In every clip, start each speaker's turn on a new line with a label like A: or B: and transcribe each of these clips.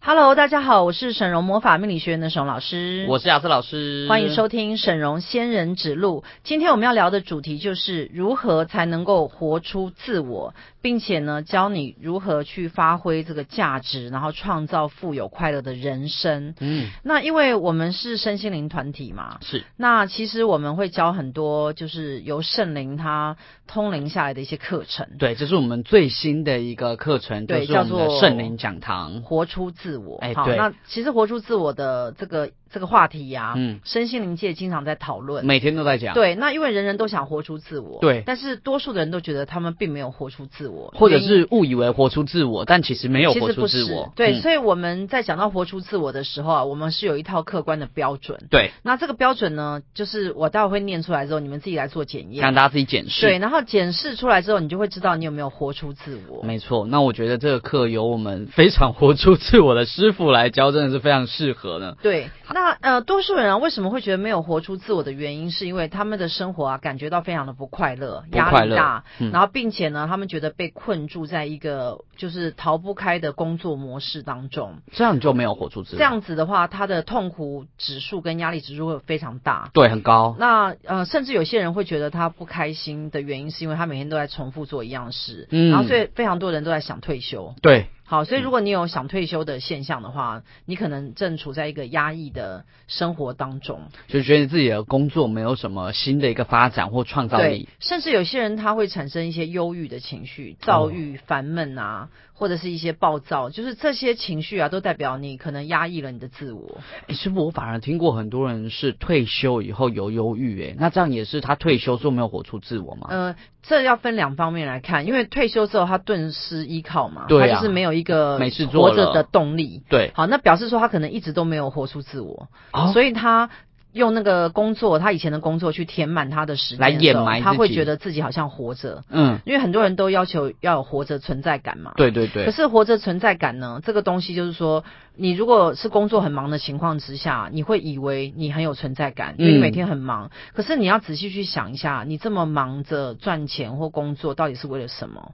A: Hello，大家好，我是沈荣魔法命理学院的沈荣老师，
B: 我是雅思老师，
A: 嗯欢迎收听沈荣仙人指路。今天我们要聊的主题就是如何才能够活出自我，并且呢，教你如何去发挥这个价值，然后创造富有快乐的人生。
B: 嗯，
A: 那因为我们是身心灵团体嘛，
B: 是
A: 那其实我们会教很多就是由圣灵它通灵下来的一些课程，
B: 对，这是我们最新的一个课程，
A: 对
B: 就是我们
A: 叫做
B: 的圣灵讲堂。
A: 活出自我。
B: 哎
A: 好，
B: 对
A: 那其实活出自我的这个这个话题呀、
B: 嗯，
A: 身心灵界经常在讨论。
B: 每天都在讲，，
A: 啊对，那因为人人都想活出自我，
B: 嗯对
A: 但是多数的人都觉得他们并没有活出自我，
B: 或者
A: 原因
B: 是误以为活出自我，但其实没有
A: 其
B: 活
A: 实
B: 出
A: 不
B: 自
A: 是
B: 我。
A: 对，
B: 嗯
A: 所以我们在讲到活出自我的时候啊，我们是有一套客观的标准。
B: 对，
A: 那这个标准呢，就是我待会会念出来之后，你们自己来做检验
B: 让。大家自己检视。
A: 对，然后检视出来之后，你就会知道你有没有活出自我。
B: 没错，那我觉得这个课由我们非常活出自我的师傅来教，真的是非常适合呢。
A: 对，那呃，多数人啊，为什么会觉得没有活出自我的原因，是因为他们的生活啊，感觉到非常的不快乐，
B: 不
A: 压
B: 快
A: 力
B: 乐
A: 大，
B: 嗯
A: 然后并且呢，他们觉得被困住在一个就是逃不开的工作模式当中。
B: 这样就没有活出自
A: 这
B: 我，
A: 样子的话，他的痛苦指数跟压力指数会非常大。
B: 对很高。
A: 那呃，甚至有些人会觉得他不开心的原因，是因为他每天都在重复做一样事，
B: 嗯
A: 然后所以非常多人都在想退休。
B: 对，
A: 好，
B: 嗯
A: 所以如果你有想退休的现象的话，你可能正处在一个压抑的生活当中，
B: 就觉得自己的工作没有什么新的一个发展或创造
A: 对
B: 力。，
A: 甚至有些人他会产生一些忧郁的情绪、躁郁、烦闷啊，或者是一些暴躁，就是这些情绪啊，都代表你可能压抑了你的自我。
B: 哎，师傅，我反而听过很多人是退休以后有忧郁，哎，那这样也是他退休之后没有活出自我吗？
A: 呃，这要分两方面来看，因为退休之后他顿时依靠嘛，
B: 对啊
A: 他就是没有一个
B: 没事做
A: 活着
B: 了
A: 的动力。
B: 对，
A: 好，那表示说他可能一直都没有活出自我，
B: 哦，
A: 所以他用那个工作，他以前的工作去填满他的时间
B: 来
A: 的时
B: 掩
A: 候
B: 埋
A: 他
B: 自
A: 会
B: 己
A: 觉得自己好像活着，
B: 嗯，
A: 因为很多人都要求要有活着存在感嘛。
B: 对对
A: 可
B: 对，
A: 是活着存在感呢？这个东西就是说，你如果是工作很忙的情况之下，你会以为你很有存在感，因为你
B: 嗯
A: 每天很忙。可是你要仔细去想一下，你这么忙着赚钱或工作，到底是为了什么？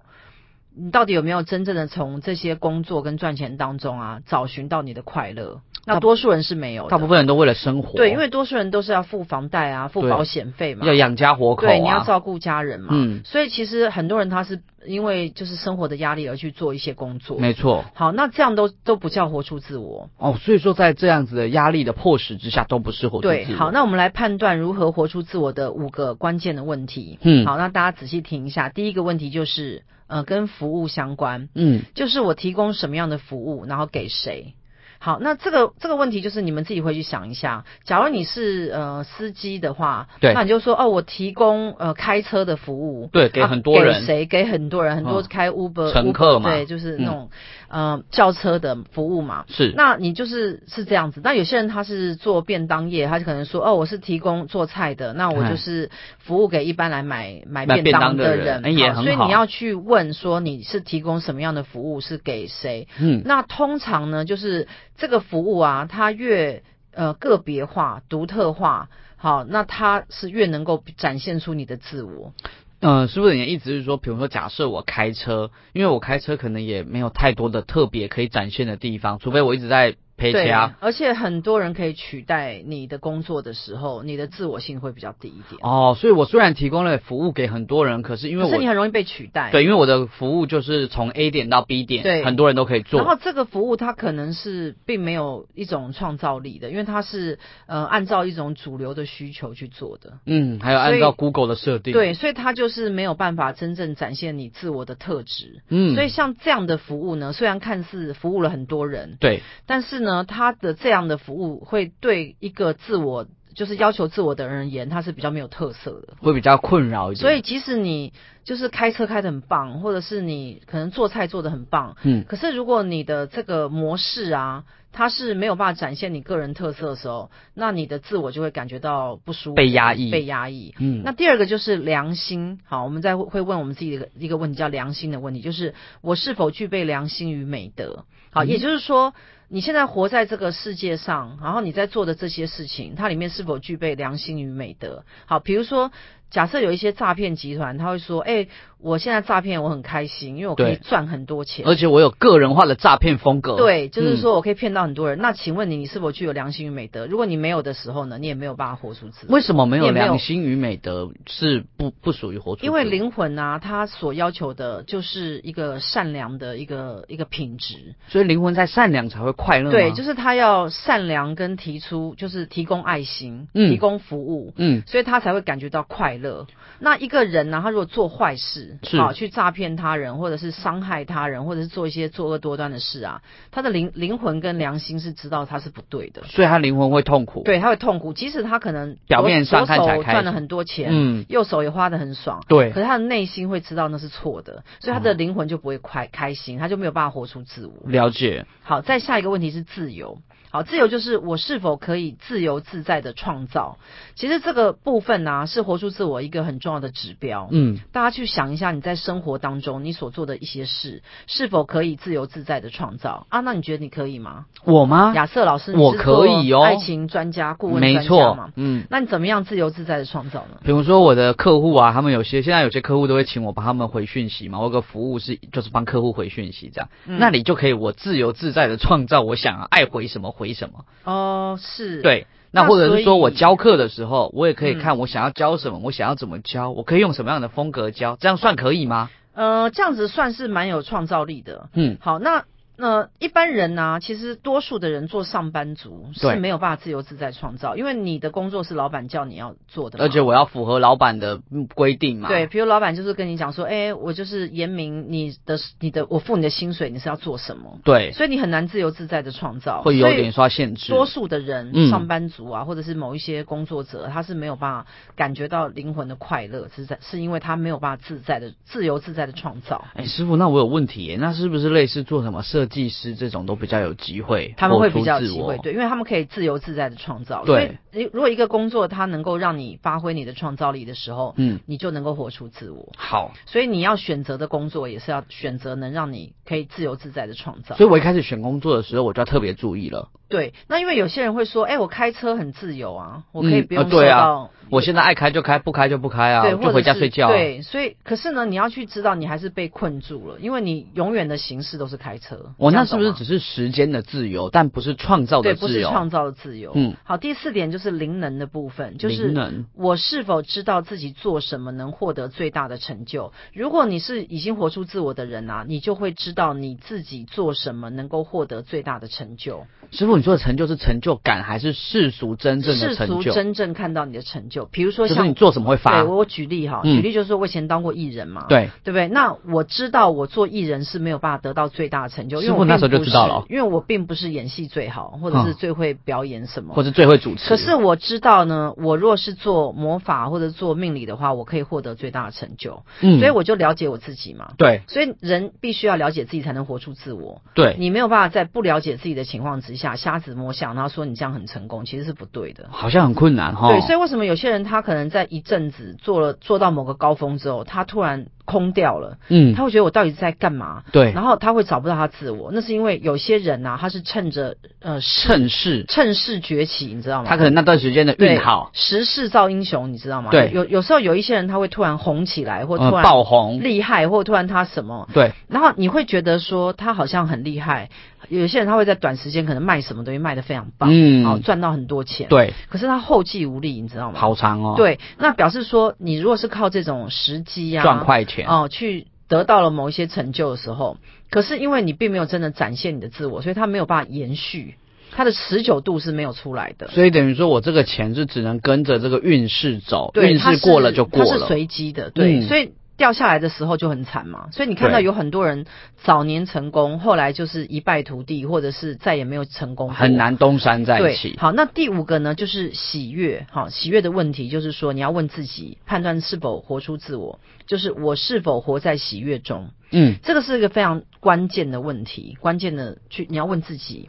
A: 你到底有没有真正的从这些工作跟赚钱当中啊，找寻到你的快乐？那
B: 大
A: 多数人是没有的，
B: 大部分人都为了生活，
A: 对，因为多数人都是要付房贷啊，付
B: 对
A: 保险费嘛，
B: 要养家活口、啊，
A: 对，你要照顾家人嘛。
B: 嗯，
A: 所以其实很多人他是因为就是生活的压力而去做一些工作，
B: 没错，
A: 好，那这样都都不叫活出自我。
B: 哦，所以说在这样子的压力的迫使之下，都不是活出自我，
A: 对，好，那我们来判断如何活出自我的五个关键的问题。
B: 嗯
A: 好，那大家仔细听一下。第一个问题就是，呃，跟服务相关，
B: 嗯，
A: 就是我提供什么样的服务，然后给谁。好，那这个这个问题就是你们自己回去想一下。假如你是呃司机的话，
B: 对
A: 那你就说哦，我提供呃开车的服务，
B: 对，给
A: 啊
B: 很多人
A: 给，谁？给很多人，很多
B: 嗯
A: 开 Uber、
B: 乘客嘛嗯
A: 对，就是那种、呃轿车的服务嘛。
B: 是，
A: 那你就是是这样子。那有些人他是做便当业，他就可能说哦，我是提供做菜的，那我
B: 哎
A: 就是服务给一般来买买
B: 买
A: 便当
B: 便当的
A: 人，
B: 人哎也
A: 好
B: 很
A: 所以
B: 好
A: 你要去问说你是提供什么样的服务，是给谁？
B: 嗯，
A: 那通常呢，就是这个服务啊，它越呃个别化、独特化，好，那它是越能够展现出你的自我。
B: 呃，师傅的意思是说，比如说，假设我开车，因为我开车可能也没有太多的特别可以展现的地方，除非我一直在陪
A: 对
B: 家。，
A: 而且很多人可以取代你的工作的时候，你的自我性会比较低一点。
B: 哦，所以我虽然提供了服务给很多人，可是因为
A: 可是你
B: 我
A: 很容易被取代。
B: 对，因为我的服务就是从 A 点到 B 点，
A: 对
B: 很多人都可以
A: 然
B: 做。
A: 后这个服务它可能是并没有一种创造力的，因为它是呃按照一种主流的需求去做的，
B: 嗯，还有按
A: 所
B: 照
A: 以
B: Google 的设定，，
A: 对，所以它就是没有办法真正展现你自我的特质。
B: 嗯，
A: 所以像这样的服务呢，虽然看似服务了很多人，
B: 对，
A: 但是呢，它的这样的服务会对一个自我就是要求自我的人而言，它是比较没有特色的。
B: 会比较困扰一点。
A: 所以，即使你就是开车开得很棒，或者是你可能做菜做得很棒，
B: 嗯，
A: 可是如果你的这个模式啊，它是没有办法展现你个人特色的时候，那你的自我就会感觉到不舒服、
B: 被压抑
A: 被压抑。
B: 嗯，
A: 那第二个就是良心，好，我们再会问我们自己的一个一个问题，叫良心的问题，就是我是否具备良心与美德？好，
B: 嗯
A: 也就是说，你现在活在这个世界上，然后你在做的这些事情，它里面是否具备良心与美德？好，比如说假设有一些诈骗集团，他会说：“哎、我现在诈骗，我很开心，因为我可以
B: 对
A: 赚很多钱。
B: 而且我有个人化的诈骗风”格。
A: 对，就是
B: 嗯
A: 说我可以骗到很多人。那请问你，你是否具有良心与美德？如果你没有的时候呢，你也没有办法活出自我。
B: 为什么没
A: 也
B: 有
A: 没有
B: 良心与美德是不不属于活出自
A: 因
B: 我？
A: 为灵魂啊，它所要求的就是一个善良的一个一个品质，
B: 所以灵魂在善良才会快乐吗。
A: 对，就是它要善良跟提出，就是提供爱心，
B: 嗯
A: 提供服务，
B: 嗯，
A: 所以他才会感觉到快乐。那一个人啊呢，他如果做坏事，
B: 是
A: 啊，去诈骗他人，或者是伤害他人，或者是做一些作恶多端的事啊，他的灵灵魂跟良心是知道他是不对的，
B: 所以他灵魂会痛苦。，
A: 对，他会痛苦。即使他可能
B: 表面上
A: 左
B: 看起来
A: 左手
B: 开
A: 赚了
B: 心
A: 很多钱，
B: 嗯，
A: 右手也花的很爽，
B: 对
A: 可是他的内心会知道那是错的，所以他的灵魂就不会快开心，他就没有办法活出自我。
B: 了解。
A: 好，再下一个问题是自由。好，自由就是我是否可以自由自在的创造。其实这个部分呢、是活出自我一个很重要的指标。
B: 嗯，
A: 大家去想一下，你在生活当中你所做的一些事，是否可以自由自在的创造啊？那你觉得你可以吗？
B: 我吗？
A: 亚瑟老师，
B: 啊我
A: 你是做
B: 可以哦
A: 爱情专家顾问
B: 没
A: 专家
B: 错
A: 嘛。，
B: 嗯。
A: 那你怎么样自由自在的创造呢？
B: 比如说我的客户啊，他们有些现在有些客户都会请我帮他们回讯息嘛，我有个服务是就是帮客户回讯息这样，
A: 嗯
B: 嗯那你就可以我自由自在的创造我想、啊、爱回什么回什么，
A: 哦，是，
B: 对。
A: 那
B: 那或者是
A: 所
B: 说
A: 以
B: 我教课的时候，我也可以
A: 嗯
B: 看我想要教什么，我想要怎么教，我可以用什么样的风格教，这样算可以吗？
A: 呃，这样子算是蛮有创造力的。
B: 嗯，
A: 好，那呃，一般人呢、其实多数的人做上班族是
B: 对
A: 没有办法自由自在创造，因为你的工作是老板叫你要做的嘛，
B: 而且我要符合老板的嗯规定嘛。
A: 对，，比如老板就是跟你讲说，哎、我就是严明你的你的，我付你的薪水，你是要做什么，
B: 对，
A: 所以你很难自由自在的创造，
B: 会有
A: 所以
B: 点说限制。
A: 多数的人，
B: 嗯
A: 上班族啊，或者是某一些工作者，他是没有办法感觉到灵魂的快乐，是在是因为他没有办法自在的、自由自在的创造。
B: 哎，师傅，那我有问题耶，那是不是类似做什么设计师这种都比较有机会？
A: 他们会比较有
B: 自
A: 机
B: 我
A: 会，对，因为他们可以自由自在的创造。
B: 对，
A: 如果一个工作它能够让你发挥你的创造力的时候，
B: 嗯，
A: 你就能够活出自我。
B: 好，
A: 所以你要选择的工作也是要选择能让你可以自由自在的创造。
B: 所以我一开始选工作的时候，我就要特别注意了。
A: 对，那因为有些人会说，哎、我开车很自由啊，我可以
B: 嗯
A: 不用
B: 呃
A: 受
B: 对啊
A: 到、
B: 我现在爱开就开，不开就不开啊，
A: 对，或
B: 就
A: 者
B: 回家
A: 是
B: 睡觉、啊。，
A: 对，所以可是呢，你要去知道，你还是被困住了，因为你永远的形式都是开车。
B: 我
A: 这
B: 哦那
A: 样
B: 是不是
A: 懂吗
B: 只是时间的自由，但不是创造
A: 对
B: 的
A: 不
B: 自
A: 是
B: 由？
A: 创造的自由？
B: 嗯，
A: 好，第四点就是灵能的部分，就是
B: 灵能
A: 我是否知道自己做什么能获得最大的成就？如果你是已经活出自我的人啊，你就会知道你自己做什么能够获得最大的成就，
B: 师傅，你说的成就是成就感，还是世俗真正的
A: 世
B: 成
A: 俗
B: 就？
A: 真正看到你的成就。比如说
B: 就是
A: 像
B: 你做什么会
A: 对？
B: 发
A: 我我举例哈，
B: 嗯
A: 举例就是说我以前当过艺人嘛，
B: 对，
A: 对不对？那我知道我做艺人是没有办法得到最大的成就，因为
B: 师
A: 我
B: 傅那
A: 并
B: 时候就
A: 不
B: 知
A: 是
B: 道了哦
A: 因为我并不是演戏最好，或者是最会表演什么。
B: 或是最会主持？
A: 可是我知道呢，我若是做魔法或者做命理的话，我可以获得最大的成就，
B: 嗯，
A: 所以我就了解我自己嘛。
B: 对
A: 所以人必须要了解自己，才能活出自我。
B: 对，
A: 你没有办法在不了解自己的情况之下瞎子摸象，然后说你这样很成功，其实是不对的。
B: 好像很困难哈。
A: 对，所以为什么有些人他可能在一阵子做了做到某个高峰之后，他突然空掉了，
B: 嗯，
A: 他会觉得我到底在干嘛？
B: 对，
A: 然后他会找不到他自我，那是因为有些人呐、他是趁着呃势
B: 趁势，
A: 趁势崛起，你知道吗？
B: 他可能那段时间的
A: 对
B: 运好，
A: 时势造英雄，你知道吗？
B: 对
A: 有有时候有一些人他会突然红起来，或突
B: 嗯，
A: 然
B: 爆红，
A: 厉害，或突然他什么，
B: 对，
A: 然后你会觉得说他好像很厉害。有些人他会在短时间可能卖什么东西卖得非常棒，好、
B: 嗯，
A: 赚到很多钱，
B: 对，
A: 可是他后继无力，你知道吗？
B: 好长哦，，
A: 对，那表示说，你如果是靠这种时机啊，
B: 赚快钱，
A: 哦、去得到了某一些成就的时候，可是因为你并没有真的展现你的自我，所以它没有办法延续，它的持久度是没有出来的。
B: 所以等于说我这个钱是只能跟着这个运势走，
A: 对，
B: 哦运
A: 它
B: 势
A: 是
B: 过了就过
A: 它是
B: 了。
A: 随机的，对，
B: 嗯
A: 所以。掉下来的时候就很惨嘛，所以你看到
B: 对
A: 有很多人早年成功，后来就是一败涂地，或者是再也没有成功过，
B: 很难东山再
A: 对，
B: 起。
A: 好，那第五个呢，就是喜悦。好，喜悦的问题就是说，你要问自己，判断是否活出自我，就是我是否活在喜悦中。
B: 嗯，
A: 这个是一个非常关键的问题，关键的去你要问自己。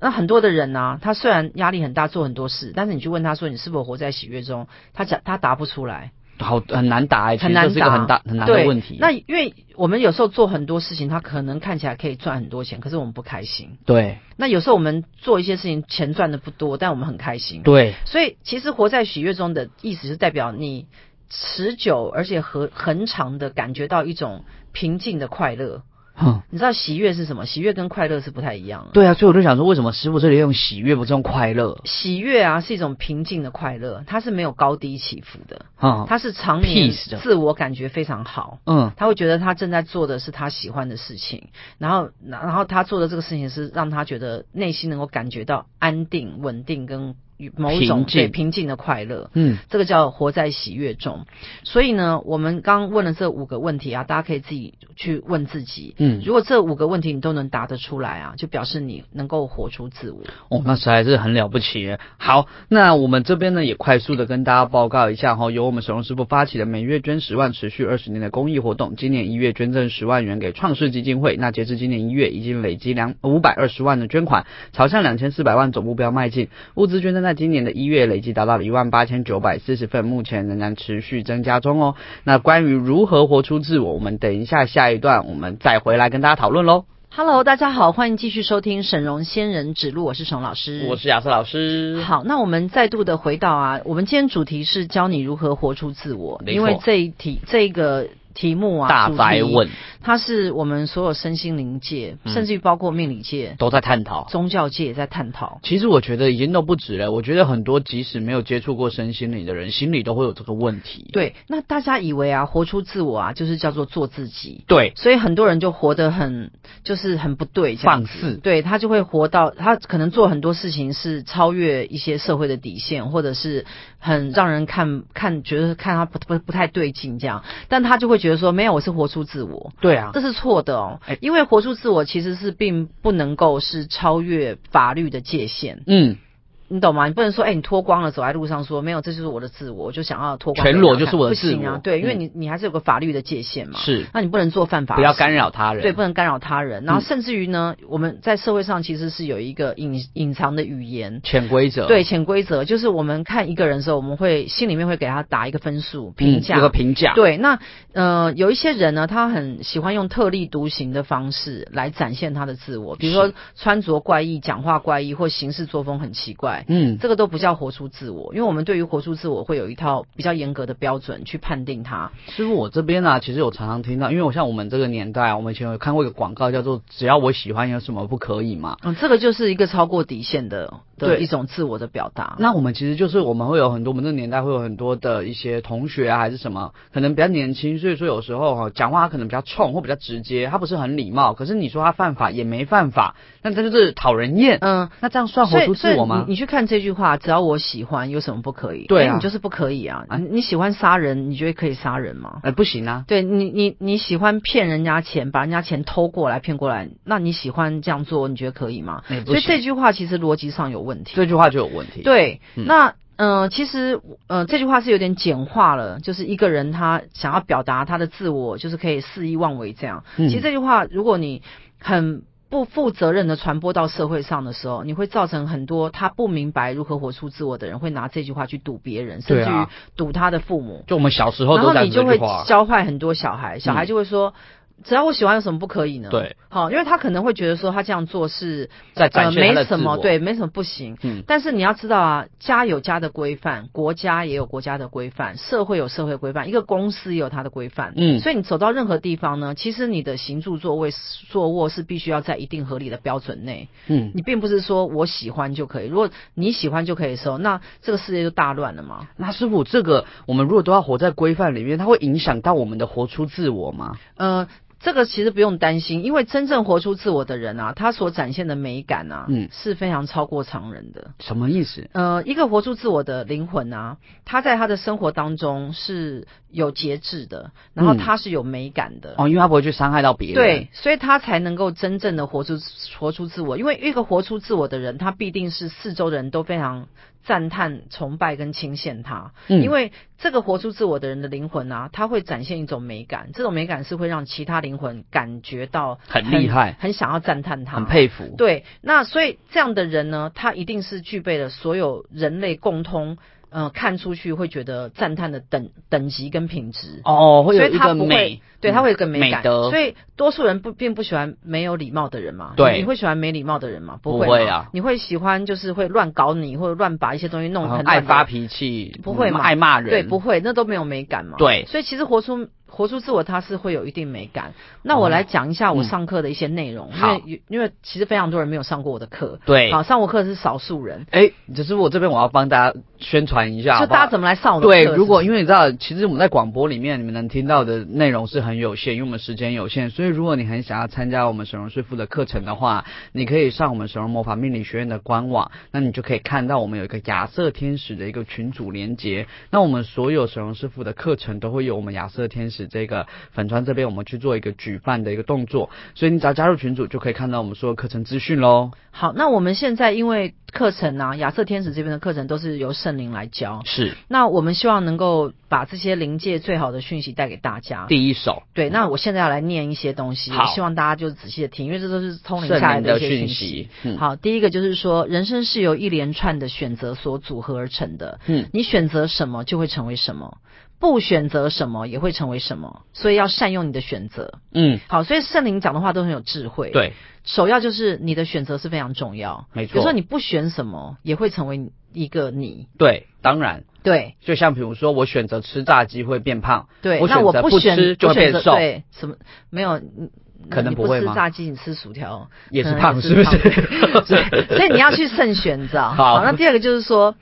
A: 那很多的人呢、啊他虽然压力很大，做很多事，但是你去问他说你是否活在喜悦中，他讲他答不出来，
B: 好，很难答哎、其
A: 很
B: 实
A: 难
B: 这
A: 答，
B: 是一个很大很难的
A: 对
B: 问题。
A: 那因为我们有时候做很多事情，他可能看起来可以赚很多钱，可是我们不开心。
B: 对
A: 那有时候我们做一些事情，钱赚的不多，但我们很开心。
B: 对
A: 所以其实活在喜悦中的意思，是代表你持久而且和恒长的感觉到一种平静的快乐。
B: 哼，
A: 你知道喜悦是什么？喜悦跟快乐是不太一样的。
B: 对啊，所以我就想说，为什么师傅这里用喜悦，不是用快乐？
A: 喜悦啊，是一种平静的快乐，它是没有高低起伏的，
B: 啊，
A: 它是常年
B: Peace 的
A: 自我感觉非常好。
B: 嗯，
A: 他会觉得他正在做的是他喜欢的事情，然后，然后他做的这个事情是让他觉得内心能够感觉到安定、稳定跟某一种
B: 平静
A: 对平静的快乐。
B: 嗯，
A: 这个叫活在喜悦中。所以呢，我们刚问了这五个问题啊，大家可以自己去问自己。
B: 嗯，
A: 如果这五个问题你都能答得出来啊，就表示你能够活出自我。
B: 哦，那实在是很了不起耶。好，那我们这边呢也快速的跟大家报告一下哈、由我们沈荣师傅发起的每月捐十万、持续二十年的公益活动，今年一月捐赠十万元给创世基金会。那截至今年一月，已经累积两五百二十万的捐款，朝向两千四百万总目标迈进。物资捐赠在今年的一月累计达到了一万八千九百四十份，目前仍然持续增加中哦。那关于如何活出自我，我们等一下下一段我们再回来跟大家讨论喽。
A: Hello，大家好，欢迎继续收听沈荣仙人指路，我是沈老师，
B: 我是亚瑟老师。
A: 好，那我们再度的回到啊，我们今天主题是教你如何活出自我，
B: 没错
A: 因为这一题这个题目啊，
B: 大灾
A: 主题，
B: 问
A: 它是我们所有身心灵界，
B: 嗯
A: 甚至于包括命理界、
B: 都在探讨。
A: 宗教界也在探讨。
B: 其实我觉得已经都不止了。我觉得很多即使没有接触过身心灵的人，心里都会有这个问题。
A: 对，那大家以为啊，活出自我啊，就是叫做做自己，
B: 对，
A: 所以很多人就活得很，就是很不对，这样
B: 放肆。
A: 对他就会活到他可能做很多事情是超越一些社会的底线，或者是很让人看看觉得看他不不不太对劲这样，但他就会觉得说没有，我是活出自我，
B: 对啊，
A: 这是错的哦
B: 哎，
A: 因为活出自我其实是并不能够是超越法律的界限，
B: 嗯，
A: 你懂吗？你不能说哎、你脱光了走在路上说没有，这就是我的自我，我就想要脱光
B: 全
A: 给
B: 裸
A: 大家
B: 就是
A: 看
B: 我的
A: 不
B: 自
A: 行
B: 我
A: 啊，对，因为
B: 嗯
A: 你你还是有个法律的界限嘛，
B: 是
A: 那你不能做犯法，
B: 不要干扰他人。
A: 嗯对，不能干扰他人。然后
B: 嗯
A: 甚至于呢，我们在社会上其实是有一个隐隐藏的语言，
B: 潜规则。嗯
A: 对潜规则，就是我们看一个人的时候，我们会心里面会给他打一个分数评
B: 嗯，
A: 价。
B: 有个评价。
A: 对，那呃，有一些人呢，他很喜欢用特立独行的方式来展现他的自我，比如说穿着怪异、讲话怪异或行事作风很奇怪，
B: 嗯，
A: 这个都不叫活出自我，因为我们对于活出自我会有一套比较严格的标准去判定他。
B: 师傅，我这边啊，其实我常常听到，因为我像我们这个年代啊，我们以前有看过一个广告，叫做“只要我喜欢，有什么不可以”嘛。
A: 嗯，这个就是一个超过底线的的
B: 对
A: 一种自我的表达。
B: 那我们其实就是我们会有很多，我们这个年代会有很多的一些同学啊，还是什么，可能比较年轻，所以说有时候哈、讲话他可能比较冲或比较直接，他不是很礼貌。可是你说他犯法也没犯法，那他就是讨人厌。
A: 嗯，
B: 那这样算
A: 所
B: 活
A: 以
B: 出自我
A: 所以
B: 吗
A: 你？你去看这句话，只要我喜欢，有什么不可以？
B: 对啊
A: 哎你就是不可以啊！
B: 啊
A: 你你喜欢杀人，你觉得可以杀人吗？
B: 哎、不行啊，
A: 对你，你你喜欢骗人家钱，把人家钱偷过来骗过来，那你喜欢这样做，你觉得可以吗？
B: 哎、不
A: 所以
B: 行，
A: 这句话其实逻辑上有问题。
B: 这句话就有问题。，
A: 对，
B: 嗯
A: 那呃，其实呃，这句话是有点简化了，就是一个人他想要表达他的自我，就是可以肆意妄为这样。
B: 嗯
A: 其实这句话，如果你很不负责任的传播到社会上的时候，你会造成很多他不明白如何活出自我的人，会拿这句话去赌别人，甚
B: 对
A: 至于
B: 啊
A: 赌他的父母。
B: 就我们小时候
A: 然
B: 都
A: 后
B: 在
A: 你就
B: 这
A: 会
B: 句话。
A: 教坏很多小孩，小孩
B: 嗯
A: 就会说。只要我喜欢，有什么不可以呢？
B: 对，
A: 好，因为他可能会觉得说他这样做是
B: 在
A: 呃
B: 展现他
A: 没
B: 的自
A: 什么，
B: 我，
A: 对，没什么不行。
B: 嗯，
A: 但是你要知道啊，家有家的规范，国家也有国家的规范，社会有社会规范，一个公司也有它的规范。
B: 嗯
A: 所以你走到任何地方呢，其实你的行住坐位、坐卧是必须要在一定合理的标准内。
B: 嗯，
A: 你并不是说我喜欢就可以，如果你喜欢就可以的时候，那这个世界就大乱了嘛。
B: 那师傅，这个我们如果都要活在规范里面，它会影响到我们的活出自我吗？
A: 呃，这个其实不用担心，因为真正活出自我的人啊，他所展现的美感啊，
B: 嗯
A: 是非常超过常人的。
B: 什么意思？
A: 呃，一个活出自我的灵魂啊，他在他的生活当中是有节制的，然后
B: 嗯
A: 他是有美感的。
B: 哦，因为他不会去伤害到别人。
A: 对，所以他才能够真正的活出活出自我。因为一个活出自我的人，他必定是四周的人都非常赞叹、崇拜跟倾羡他。
B: 嗯，
A: 因为这个活出自我的人的灵魂啊，他会展现一种美感，这种美感是会让其他灵魂感觉到
B: 很厉害，
A: 很想要赞叹他，
B: 很佩服。
A: 对，那所以这样的人呢，他一定是具备了所有人类共通呃看出去会觉得赞叹的等等级跟品质。
B: 哦，会
A: 所
B: 有
A: 以
B: 一
A: 他
B: 个
A: 不
B: 美嗯
A: 会，，对他会有一个
B: 美
A: 感。
B: 德
A: 所以多数人不并不喜欢没有礼貌的人嘛。
B: 对
A: 你会喜欢没礼貌的人吗？
B: 不
A: 会
B: 会
A: 嘛
B: 啊
A: 你会喜欢就是会乱搞你，或者乱把一些东西弄
B: 然
A: 得
B: 后
A: 很
B: 爱
A: 乱的
B: 发
A: 人
B: 脾气，
A: 不会
B: 嗯
A: 嘛
B: 爱骂人，
A: 对，不会，那都没有美感嘛。
B: 对
A: 所以其实活出活出自我，它是会有一定美感。那我来讲一下我上课的一些内容，因
B: 哦嗯好
A: 为有因为其实非常多人没有上过我的课，
B: 对
A: 好，上我课是少数人，
B: 哎、只是我这边我要帮大家宣传一下
A: 就
B: 啊好不
A: 大
B: 好
A: 家怎么来上我的课
B: 对，
A: 是不是？
B: 如果因为你知道，其实我们在广播里面你们能听到的内容是很有限，因为我们时间有限，所以如果你很想要参加我们沈荣师傅的课程的话，你可以上我们沈荣魔法命理学院的官网，那你就可以看到我们有一个亚瑟天使的一个群组连接。那我们所有沈荣师傅的课程都会有我们亚瑟天使这个粉川这边我们去做一个举办的一个动作，所以你只要加入群组就可以看到我们所有课程资讯喽。
A: 好，那我们现在因为课程啊，亚瑟天使这边的课程都是由圣灵来教，
B: 是
A: 那我们希望能够把这些灵界最好的讯息带给大家。
B: 第一手，
A: 对，那我现在要来念一些东西，
B: 好
A: 我希望大家就仔细的听，因为这都是通灵
B: 圣
A: 下来
B: 灵的
A: 一些
B: 讯
A: 息
B: 息。，嗯，
A: 好，第一个就是说，人生是由一连串的选择所组合而成的。
B: 嗯，
A: 你选择什么就会成为什么，不选择什么也会成为什么，所以要善用你的选择。
B: 嗯，
A: 好，所以圣灵讲的话都很有智慧。，
B: 对，
A: 首要就是你的选择是非常重要。
B: 没
A: 有时候
B: 错，
A: 你不选什么，也会成为一个你。
B: 对，当然。
A: 对
B: 就像比如说，我选择吃炸鸡会变胖，
A: 对，
B: 我
A: 那
B: 选
A: 我
B: 择
A: 不
B: 不
A: 选
B: 吃就
A: 我
B: 会
A: 选
B: 变
A: 择
B: 瘦，
A: 对，什么没有？你
B: 可能
A: 你
B: 不
A: 不
B: 会
A: 吃
B: 吗
A: 炸鸡，你吃薯条，
B: 也是
A: 可能
B: 胖，
A: 也
B: 是不
A: 胖 所以
B: 是？
A: 所以你要去慎选择。
B: 好
A: 那第二个就是说，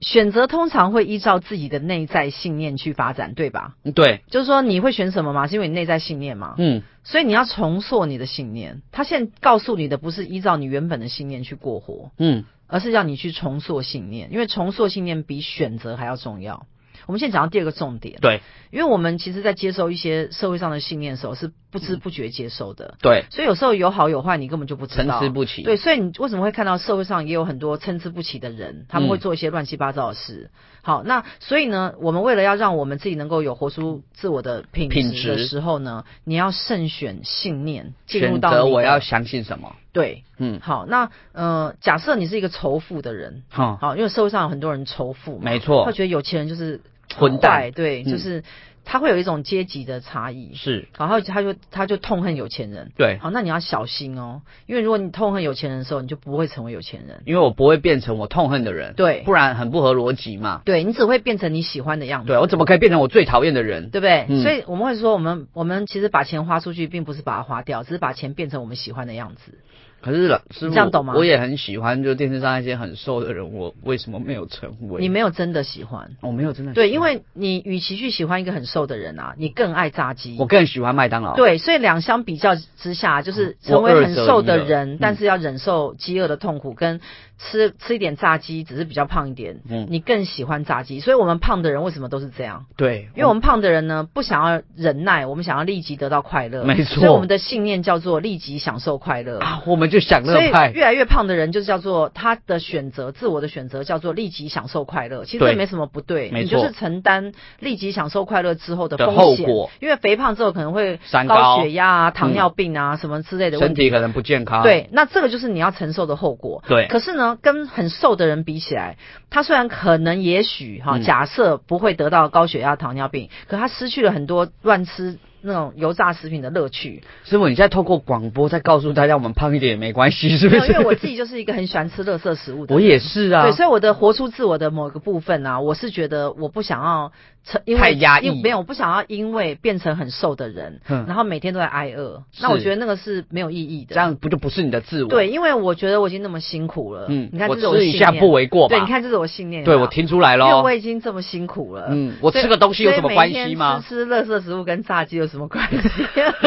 A: 选择通常会依照自己的内在信念去发展，对吧？
B: 对，
A: 就是说你会选什么嘛，是因为你内在信念嘛，
B: 嗯，
A: 所以你要重塑你的信念。他现在告诉你的不是依照你原本的信念去过活，
B: 嗯，
A: 而是要你去重塑信念，因为重塑信念比选择还要重要。我们现在讲到第二个重点，
B: 对，
A: 因为我们其实在接受一些社会上的信念的时候，是不知不觉接受的，
B: 对，
A: 所以有时候有好有坏，你根本就不知
B: 参
A: 道
B: 差。不齐，
A: 对，所以你为什么会看到社会上也有很多参差不齐的人，他们会
B: 嗯
A: 做一些乱七八糟的事。好，那所以呢，我们为了要让我们自己能够有活出自我的品
B: 品
A: 质的
B: 质
A: 时候呢，你要慎选信念，进入
B: 选
A: 到
B: 择
A: 你
B: 我
A: 的
B: 要相信什么，
A: 对。
B: 嗯，
A: 好，那呃，假设你是一个仇富的人，
B: 哈，
A: 好，因为社会上有很多人仇富嘛，
B: 啊没错
A: 他觉得有钱人就是
B: 混
A: 坏，
B: 蛋
A: 对，
B: 嗯
A: 就是他会有一种阶级的差异，
B: 是，
A: 然后他就他就痛恨有钱人。
B: 对，
A: 好，那你要小心哦，因为如果你痛恨有钱人的时候，你就不会成为有钱人。
B: 因为我不会变成我痛恨的人，
A: 对
B: 不然很不合逻辑嘛，
A: 对你只会变成你喜欢的样子，
B: 对我怎么可以变成我最讨厌的人？
A: 对不对？
B: 嗯
A: 所以我们会说，我们我们其实把钱花出去，并不是把它花掉，只是把钱变成我们喜欢的样子。
B: 可是老师傅，
A: 这样懂吗
B: 我也很喜欢，就电视上一些很瘦的人，我为什么没有成为？
A: 你没有真的喜欢，
B: 我没有真的
A: 对，
B: 喜
A: 因
B: 欢
A: 为你与其去喜欢一个很瘦的人啊，你更爱炸鸡。
B: 我更喜欢麦当劳，
A: 对，所以两相比较之下，就是成为很瘦的人，
B: 嗯
A: 但是要忍受饥饿的痛苦，跟吃吃一点炸鸡，只是比较胖一点。
B: 嗯
A: 你更喜欢炸鸡，所以我们胖的人为什么都是这样？
B: 对，
A: 因为我们胖的人呢，不想要忍耐，我们想要立即得到快乐。
B: 没错
A: 所以我们的信念叫做立即享受快乐。
B: 啊，我们就享乐
A: 所以
B: 派，
A: 越来越胖的人，就是叫做他的选择，自我的选择叫做立即享受快乐。其实
B: 对
A: 也没什么不对，
B: 没
A: 你就
B: 错
A: 是承担立即享受快乐之后的
B: 的
A: 风
B: 后
A: 险，
B: 果
A: 因为肥胖之后可能会
B: 三
A: 高
B: 高
A: 血压啊、糖
B: 嗯
A: 尿病啊、什么之类的问
B: 身
A: 题。
B: 体可能不健康。
A: 对，那这个就是你要承受的后果。
B: 对
A: 可是呢，跟很瘦的人比起来，他虽然可能也许哈、
B: 嗯
A: 假设不会得到高血压、糖尿病，可他失去了很多乱吃那种油炸食品的乐趣。
B: 师傅，你现在透过广播在告诉大家，我们胖一点也没关系，是不
A: 没有
B: 是？
A: 因为我自己就是一个很喜欢吃垃圾食物的人。
B: 我也是啊
A: 对，，所以我的活出自我的某个部分啊，我是觉得我不想要成，因为
B: 太压抑
A: 因没有，我不想要因为变成很瘦的人，
B: 嗯
A: 然后每天都在挨饿，
B: 是
A: 那我觉得那个是没有意义的。
B: 这样不就不是你的自我？，
A: 对，因为我觉得我已经那么辛苦了，
B: 嗯，
A: 你看
B: 我
A: 这是我的
B: 吃一
A: 信
B: 下
A: 念
B: 不为过吧？
A: 对，你看这是我信念，
B: 对
A: 有没有
B: 我听出来
A: 因为
B: 咯
A: 我。已经这么辛苦了，
B: 嗯，我
A: 所以
B: 吃个东西有什么关系吗？
A: 所以每天吃吃垃圾食物跟炸鸡有什么关系？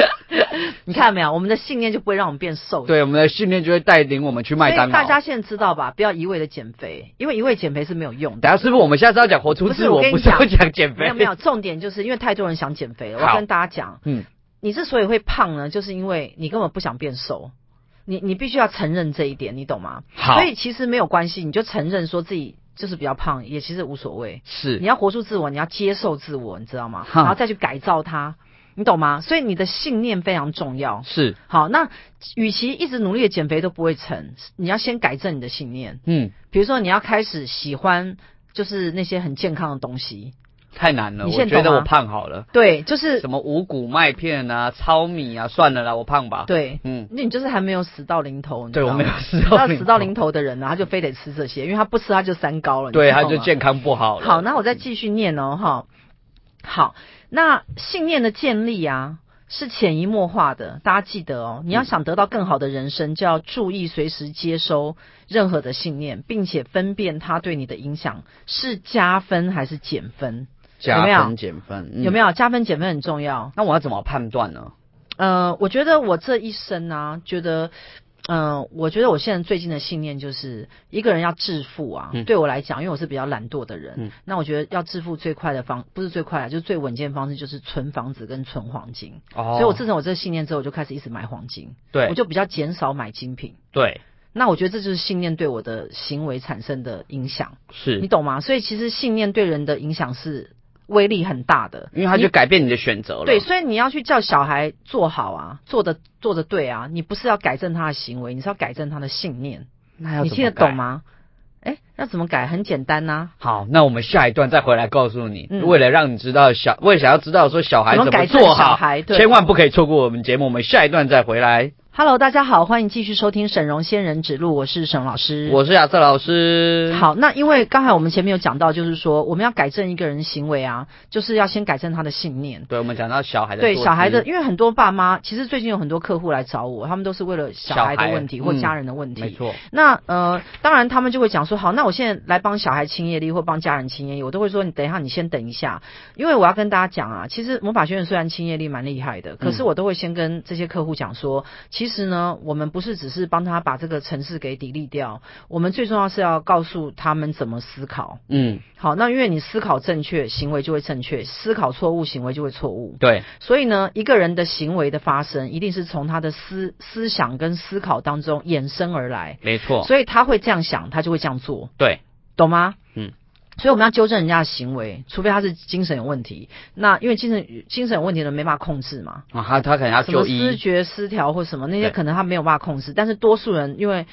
A: 你看到没有，我们的信念就不会让我们变瘦。
B: 对，我们的训练就会带领我们去麦
A: 所以
B: 当劳。
A: 大家现在知道吧，不要一味的减肥，因为一味减肥是没有用的。
B: 等下师傅，我们下次要讲活出
A: 不是
B: 自
A: 我
B: 我，
A: 跟你
B: 不是要
A: 讲
B: 讲减肥。
A: 没有没有，重点就是因为太多人想减肥了。我要
B: 好
A: 跟大家讲，
B: 嗯，
A: 你之所以会胖呢，就是因为你根本不想变瘦。你你必须要承认这一点，你懂吗？
B: 好
A: 所，以其实没有关系，你就承认说自己就是比较胖，也其实无所谓。你
B: 是
A: 要活出自我，你要接受自我，你知道吗？
B: 哈
A: 然后再去改造它，你懂吗？所以你的信念非常重要。
B: 是，
A: 好，那与其一直努力的减肥都不会成，你要先改正你的信念。
B: 嗯，
A: 比如说，你要开始喜欢就是那些很健康的东西。
B: 太难了，
A: 你
B: 我
A: 现在
B: 觉得
A: 懂吗
B: 我胖好了。
A: 对，就是
B: 什么五谷麦片啊、糙米啊，算了啦，我胖吧。，
A: 对，
B: 嗯，
A: 那你就是还没有死到临头，你知
B: 对
A: 道
B: 我
A: 吗
B: 没有死
A: 你知道
B: 到
A: 死到临头的人呢，他就非得吃这些，因为他不吃他就三高了。你
B: 对，
A: 知道
B: 他就
A: 吗
B: 健康不好了。嗯
A: 好，那我再继续念哦，哈。好，那信念的建立啊，是潜移默化的，大家记得哦。
B: 嗯
A: 你要想得到更好的人生，就要注意随时接收任何的信念，并且分辨它对你的影响是加分还是减分，
B: 加
A: 有没有
B: 分减分嗯
A: 有没
B: 有？
A: 有？加分减分很重要。
B: 那我要怎么判断呢？
A: 呃，我觉得我这一生啊，觉得，嗯、我觉得我现在最近的信念就是，一个人要致富啊，
B: 嗯
A: 对我来讲，因为我是比较懒惰的人，
B: 嗯
A: 那我觉得要致富最快的方，不是最快啊，就是最稳健的方式就是存房子跟存黄金。
B: 哦
A: 所以我自从我这个信念之后，我就开始一直买黄金，
B: 对
A: 我就比较减少买精品。
B: 对
A: 那我觉得这就是信念对我的行为产生的影响，
B: 是
A: 你，懂吗？所以其实信念对人的影响是威力很大的。
B: 因为他就改变你的选择了。
A: 对，所以你要去叫小孩做好啊，做的做的对啊，你不是要改正他的行为，你是要改正他的信念。
B: 那要
A: 你
B: 怎么
A: 听得懂
B: 改？
A: 吗？哎，要怎么改？很简单啊呐、
B: 好，那我们下一段再回来告诉你。
A: 嗯
B: 为了让你知道小，为了想要知道说小孩
A: 怎
B: 怎
A: 么改正
B: 做
A: 小
B: 好，
A: 孩对
B: 千万不可以错过我们节目。我们下一段再回来。
A: Hello，大家好，欢迎继续收听沈荣仙人指路，我是沈老师。
B: 我是亚瑟老师。，
A: 嗯好，那因为刚才我们前面有讲到，就是说我们要改正一个人的行为啊，就是要先改正他的信念。
B: 对，我们讲到小孩的
A: 对
B: 坐
A: 小孩
B: 姿
A: 的，因为很多爸妈其实最近有很多客户来找我，他们都是为了小
B: 小
A: 孩的
B: 孩
A: 问题或
B: 嗯
A: 家人的问题。
B: 没错，
A: 那呃，当然他们就会讲说，好，那我现在来帮小孩清业力或帮家人清业力，我都会说，你等一下，你先等一下，因为我要跟大家讲啊，其实魔法学院虽然清业力蛮厉害的，可是我都会先跟这些客户讲说，其实呢，我们不是只是帮他把这个城市给砥砺掉，我们最重要是要告诉他们怎么思考。
B: 嗯，
A: 好，那因为你思考正确，行为就会正确；思考错误，行为就会错误。
B: 对，
A: 所以呢，一个人的行为的发生，一定是从他的思思想跟思考当中衍生而来。
B: 没错，
A: 所以他会这样想，他就会这样做，
B: 对，
A: 懂吗？
B: 嗯。
A: 所以我们要纠正人家的行为，除非他是精神有问题。那因为精神精神有问题的人没办法控制嘛，
B: 啊，他他可能要
A: 什么
B: 就
A: 思
B: 医，
A: 觉失调或什么那些，
B: 对
A: 可能他没有办法控制。但是多数人因为。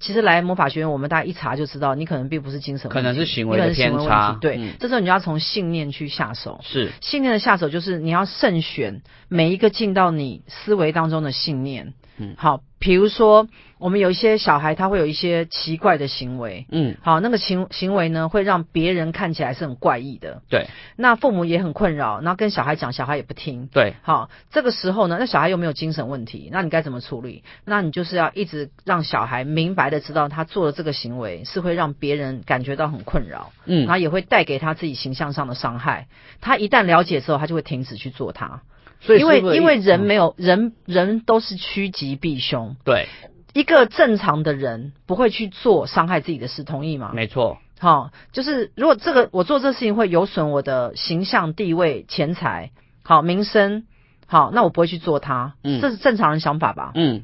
A: 其实来魔法学院，我们大家一查就知道，你可能并不是精神问题，
B: 可能是行
A: 你
B: 为
A: 可
B: 的
A: 能是行为
B: 偏
A: 问
B: 差
A: 题对，
B: 嗯
A: 这时候你就要从信念去下手。
B: 是
A: 信念的下手就是你要慎选每一个进到你思维当中的信念。
B: 嗯，
A: 好，比如说我们有一些小孩，他会有一些奇怪的行为。
B: 嗯，
A: 好，那个行行为呢，会让别人看起来是很怪异的。
B: 对
A: 那父母也很困扰，然后跟小孩讲，小孩也不听。
B: 对，
A: 好，这个时候呢，那小孩又没有精神问题，那你该怎么处理？那你就是要一直让小孩明白的知道，他做的这个行为是会让别人感觉到很困扰。然
B: 嗯，
A: 后也会带给他自己形象上的伤害。他一旦了解之后，他就会停止去做它，
B: 所以
A: 因为
B: 是不是
A: 因为人没
B: 嗯
A: 有人人都是趋吉避凶，
B: 对，
A: 一个正常的人不会去做伤害自己的事，同意吗？
B: 没错，
A: 好、就是如果这个我做这事情会有损我的形象、地位、钱财、好名声，好，那我不会去做它，
B: 嗯
A: 这是正常人想法吧？
B: 嗯。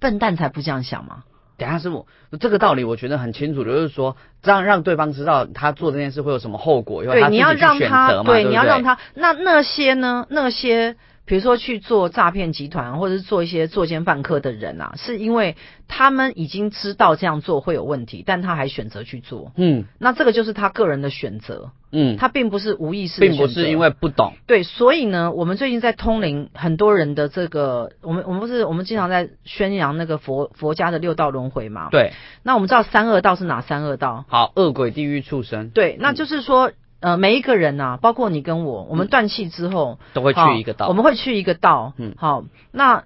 A: 笨蛋才不这样想嘛。
B: 等一下，师傅，这个道理我觉得很清楚，就是说让让对方知道他做这件事会有什么后果，因为
A: 对，你要让
B: 他自己去选择
A: 他
B: 嘛，对不对，
A: 你要让他那那些呢？那些比如说去做诈骗集团，或者是做一些作奸犯科的人啊，是因为他们已经知道这样做会有问题，但他还选择去做，
B: 嗯
A: 那这个就是他个人的选择，
B: 嗯，
A: 他并不是无意识的
B: 并
A: 选择，
B: 不是因为不懂，
A: 对，所以呢，我们最近在通灵，很多人的这个，我们我们不是我们经常在宣扬那个佛佛家的六道轮回嘛？
B: 对，
A: 那我们知道三恶道是哪三恶道？
B: 好，恶鬼、地狱、畜生
A: 对，那就是说，呃，每一个人呐、包括你跟我，我们断气之后、
B: 都嗯会
A: 好
B: 去一个
A: 我
B: 道，
A: 们会去一个道。
B: 嗯
A: 嗯，好，那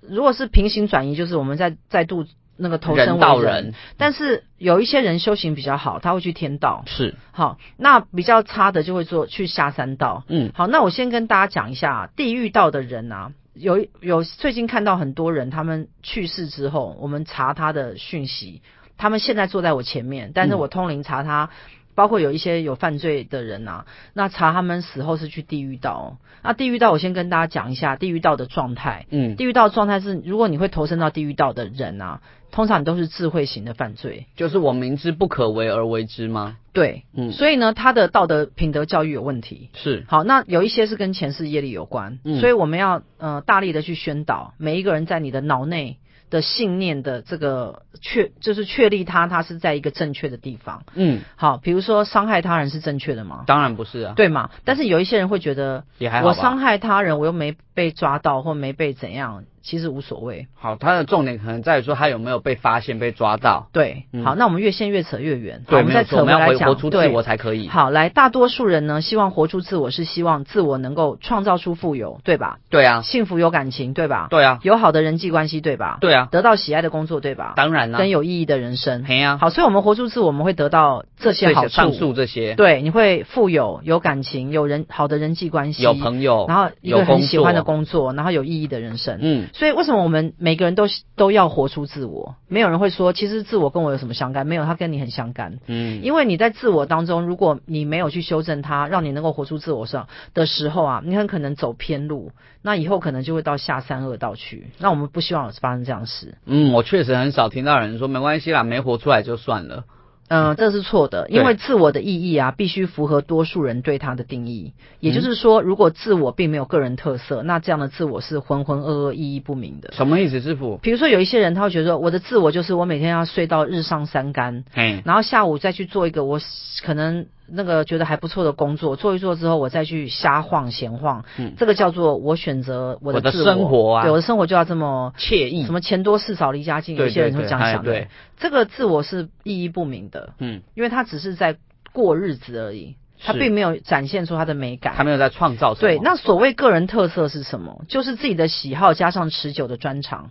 A: 如果是平行转移，就是我们在再度那个投身为
B: 道
A: 人。
B: 人
A: 但是有一些人修行比较好，他会去天道。
B: 是，
A: 好，那比较差的就会做去下三道。
B: 嗯
A: 好，那我先跟大家讲一下啊地狱道的人啊。有有最近看到很多人，他们去世之后，我们查他的讯息，他们现在坐在我前面，但是
B: 嗯
A: 我通灵查他，包括有一些有犯罪的人啊，那查他们死后是去地狱道哦。那地狱道，我先跟大家讲一下地狱道的状态。
B: 嗯，
A: 地狱道的状态是，如果你会投身到地狱道的人啊，通常你都是智慧型的犯罪，
B: 就是我明知不可为而为之吗？
A: 对，
B: 嗯，
A: 所以呢，他的道德品德教育有问题。
B: 是，
A: 好，那有一些是跟前世业力有关，
B: 嗯
A: 所以我们要呃大力的去宣导每一个人在你的脑内。的信念的这个确，就是确立他他是在一个正确的地方。
B: 嗯，
A: 好，比如说伤害他人是正确的吗？
B: 当然不是啊，
A: 对嘛？但是有一些人会觉得，
B: 也还好
A: 我
B: 吧
A: 伤害他人，我又没被抓到或没被怎样，其实无所谓。
B: 好，他的重点可能在于说他有没有被发现、被抓到。
A: 对，
B: 嗯
A: 好，那我们越陷越扯越远，好
B: 对，
A: 我们
B: 没有
A: 再
B: 错，
A: 扯
B: 我
A: 回
B: 们要
A: 来
B: 回活
A: 讲，
B: 出自
A: 对
B: 我，才可以。
A: 好，来，大多数人呢，希望活出自我是希望自我能够创造出富有，对吧？
B: 对啊，
A: 幸福有感情，对吧？
B: 对啊，
A: 有好的人际关系，对吧？
B: 对啊，
A: 得到喜爱的工作，对吧？
B: 当然啦、
A: 跟有意义的人生。
B: 嘿呀、啊，
A: 好，所以我们活出自我，我们会得到这些好
B: 对上
A: 处。
B: 述这些，
A: 对，你会富有、有感情、有人好的人际关系，
B: 有朋友，
A: 然后一
B: 有
A: 个
B: 工
A: 很
B: 作，
A: 喜欢的工作，然后有意义的人生。
B: 嗯，
A: 所以为什么我们每个人都都要活出自我？没有人会说，其实自我跟我有什么相干？没有，他跟你很相干。
B: 嗯，
A: 因为你在自我当中，如果你没有去修正它，让你能够活出自我上的时候啊，你很可能走偏路，那以后可能就会到下三恶道去。那我们不希望有发生这样的事，
B: 嗯，我确实很少听到有人说没关系啦，没活出来就算了。
A: 嗯、这是错的，
B: 对
A: 因为自我的意义啊，必须符合多数人对它的定义。也就是说，如果自我并没有个人特色，那这样的自我是浑浑噩噩、意义不明的。
B: 什么意思，师傅？
A: 比如说，有一些人他会觉得说，我的自我就是我每天要睡到日上三竿，
B: 嘿，
A: 然后下午再去做一个我可能那个觉得还不错的工作，做一做之后，我再去瞎晃闲晃，
B: 嗯
A: 这个叫做我选择我的
B: 我的
A: 自
B: 生活啊
A: 对我的生活就要这么
B: 惬意
A: 什。么钱多事少离家近，有
B: 对
A: 些人
B: 对
A: 会
B: 对
A: 这样
B: 哎
A: 想的。
B: 对
A: 这个自我是意义不明的，
B: 嗯，
A: 因为他只是在过日子而已，他
B: 是
A: 并没有展现出他的美感
B: 他。没有在创造什么。
A: 对，那所谓个人特色是什么？就是自己的喜好加上持久的专长，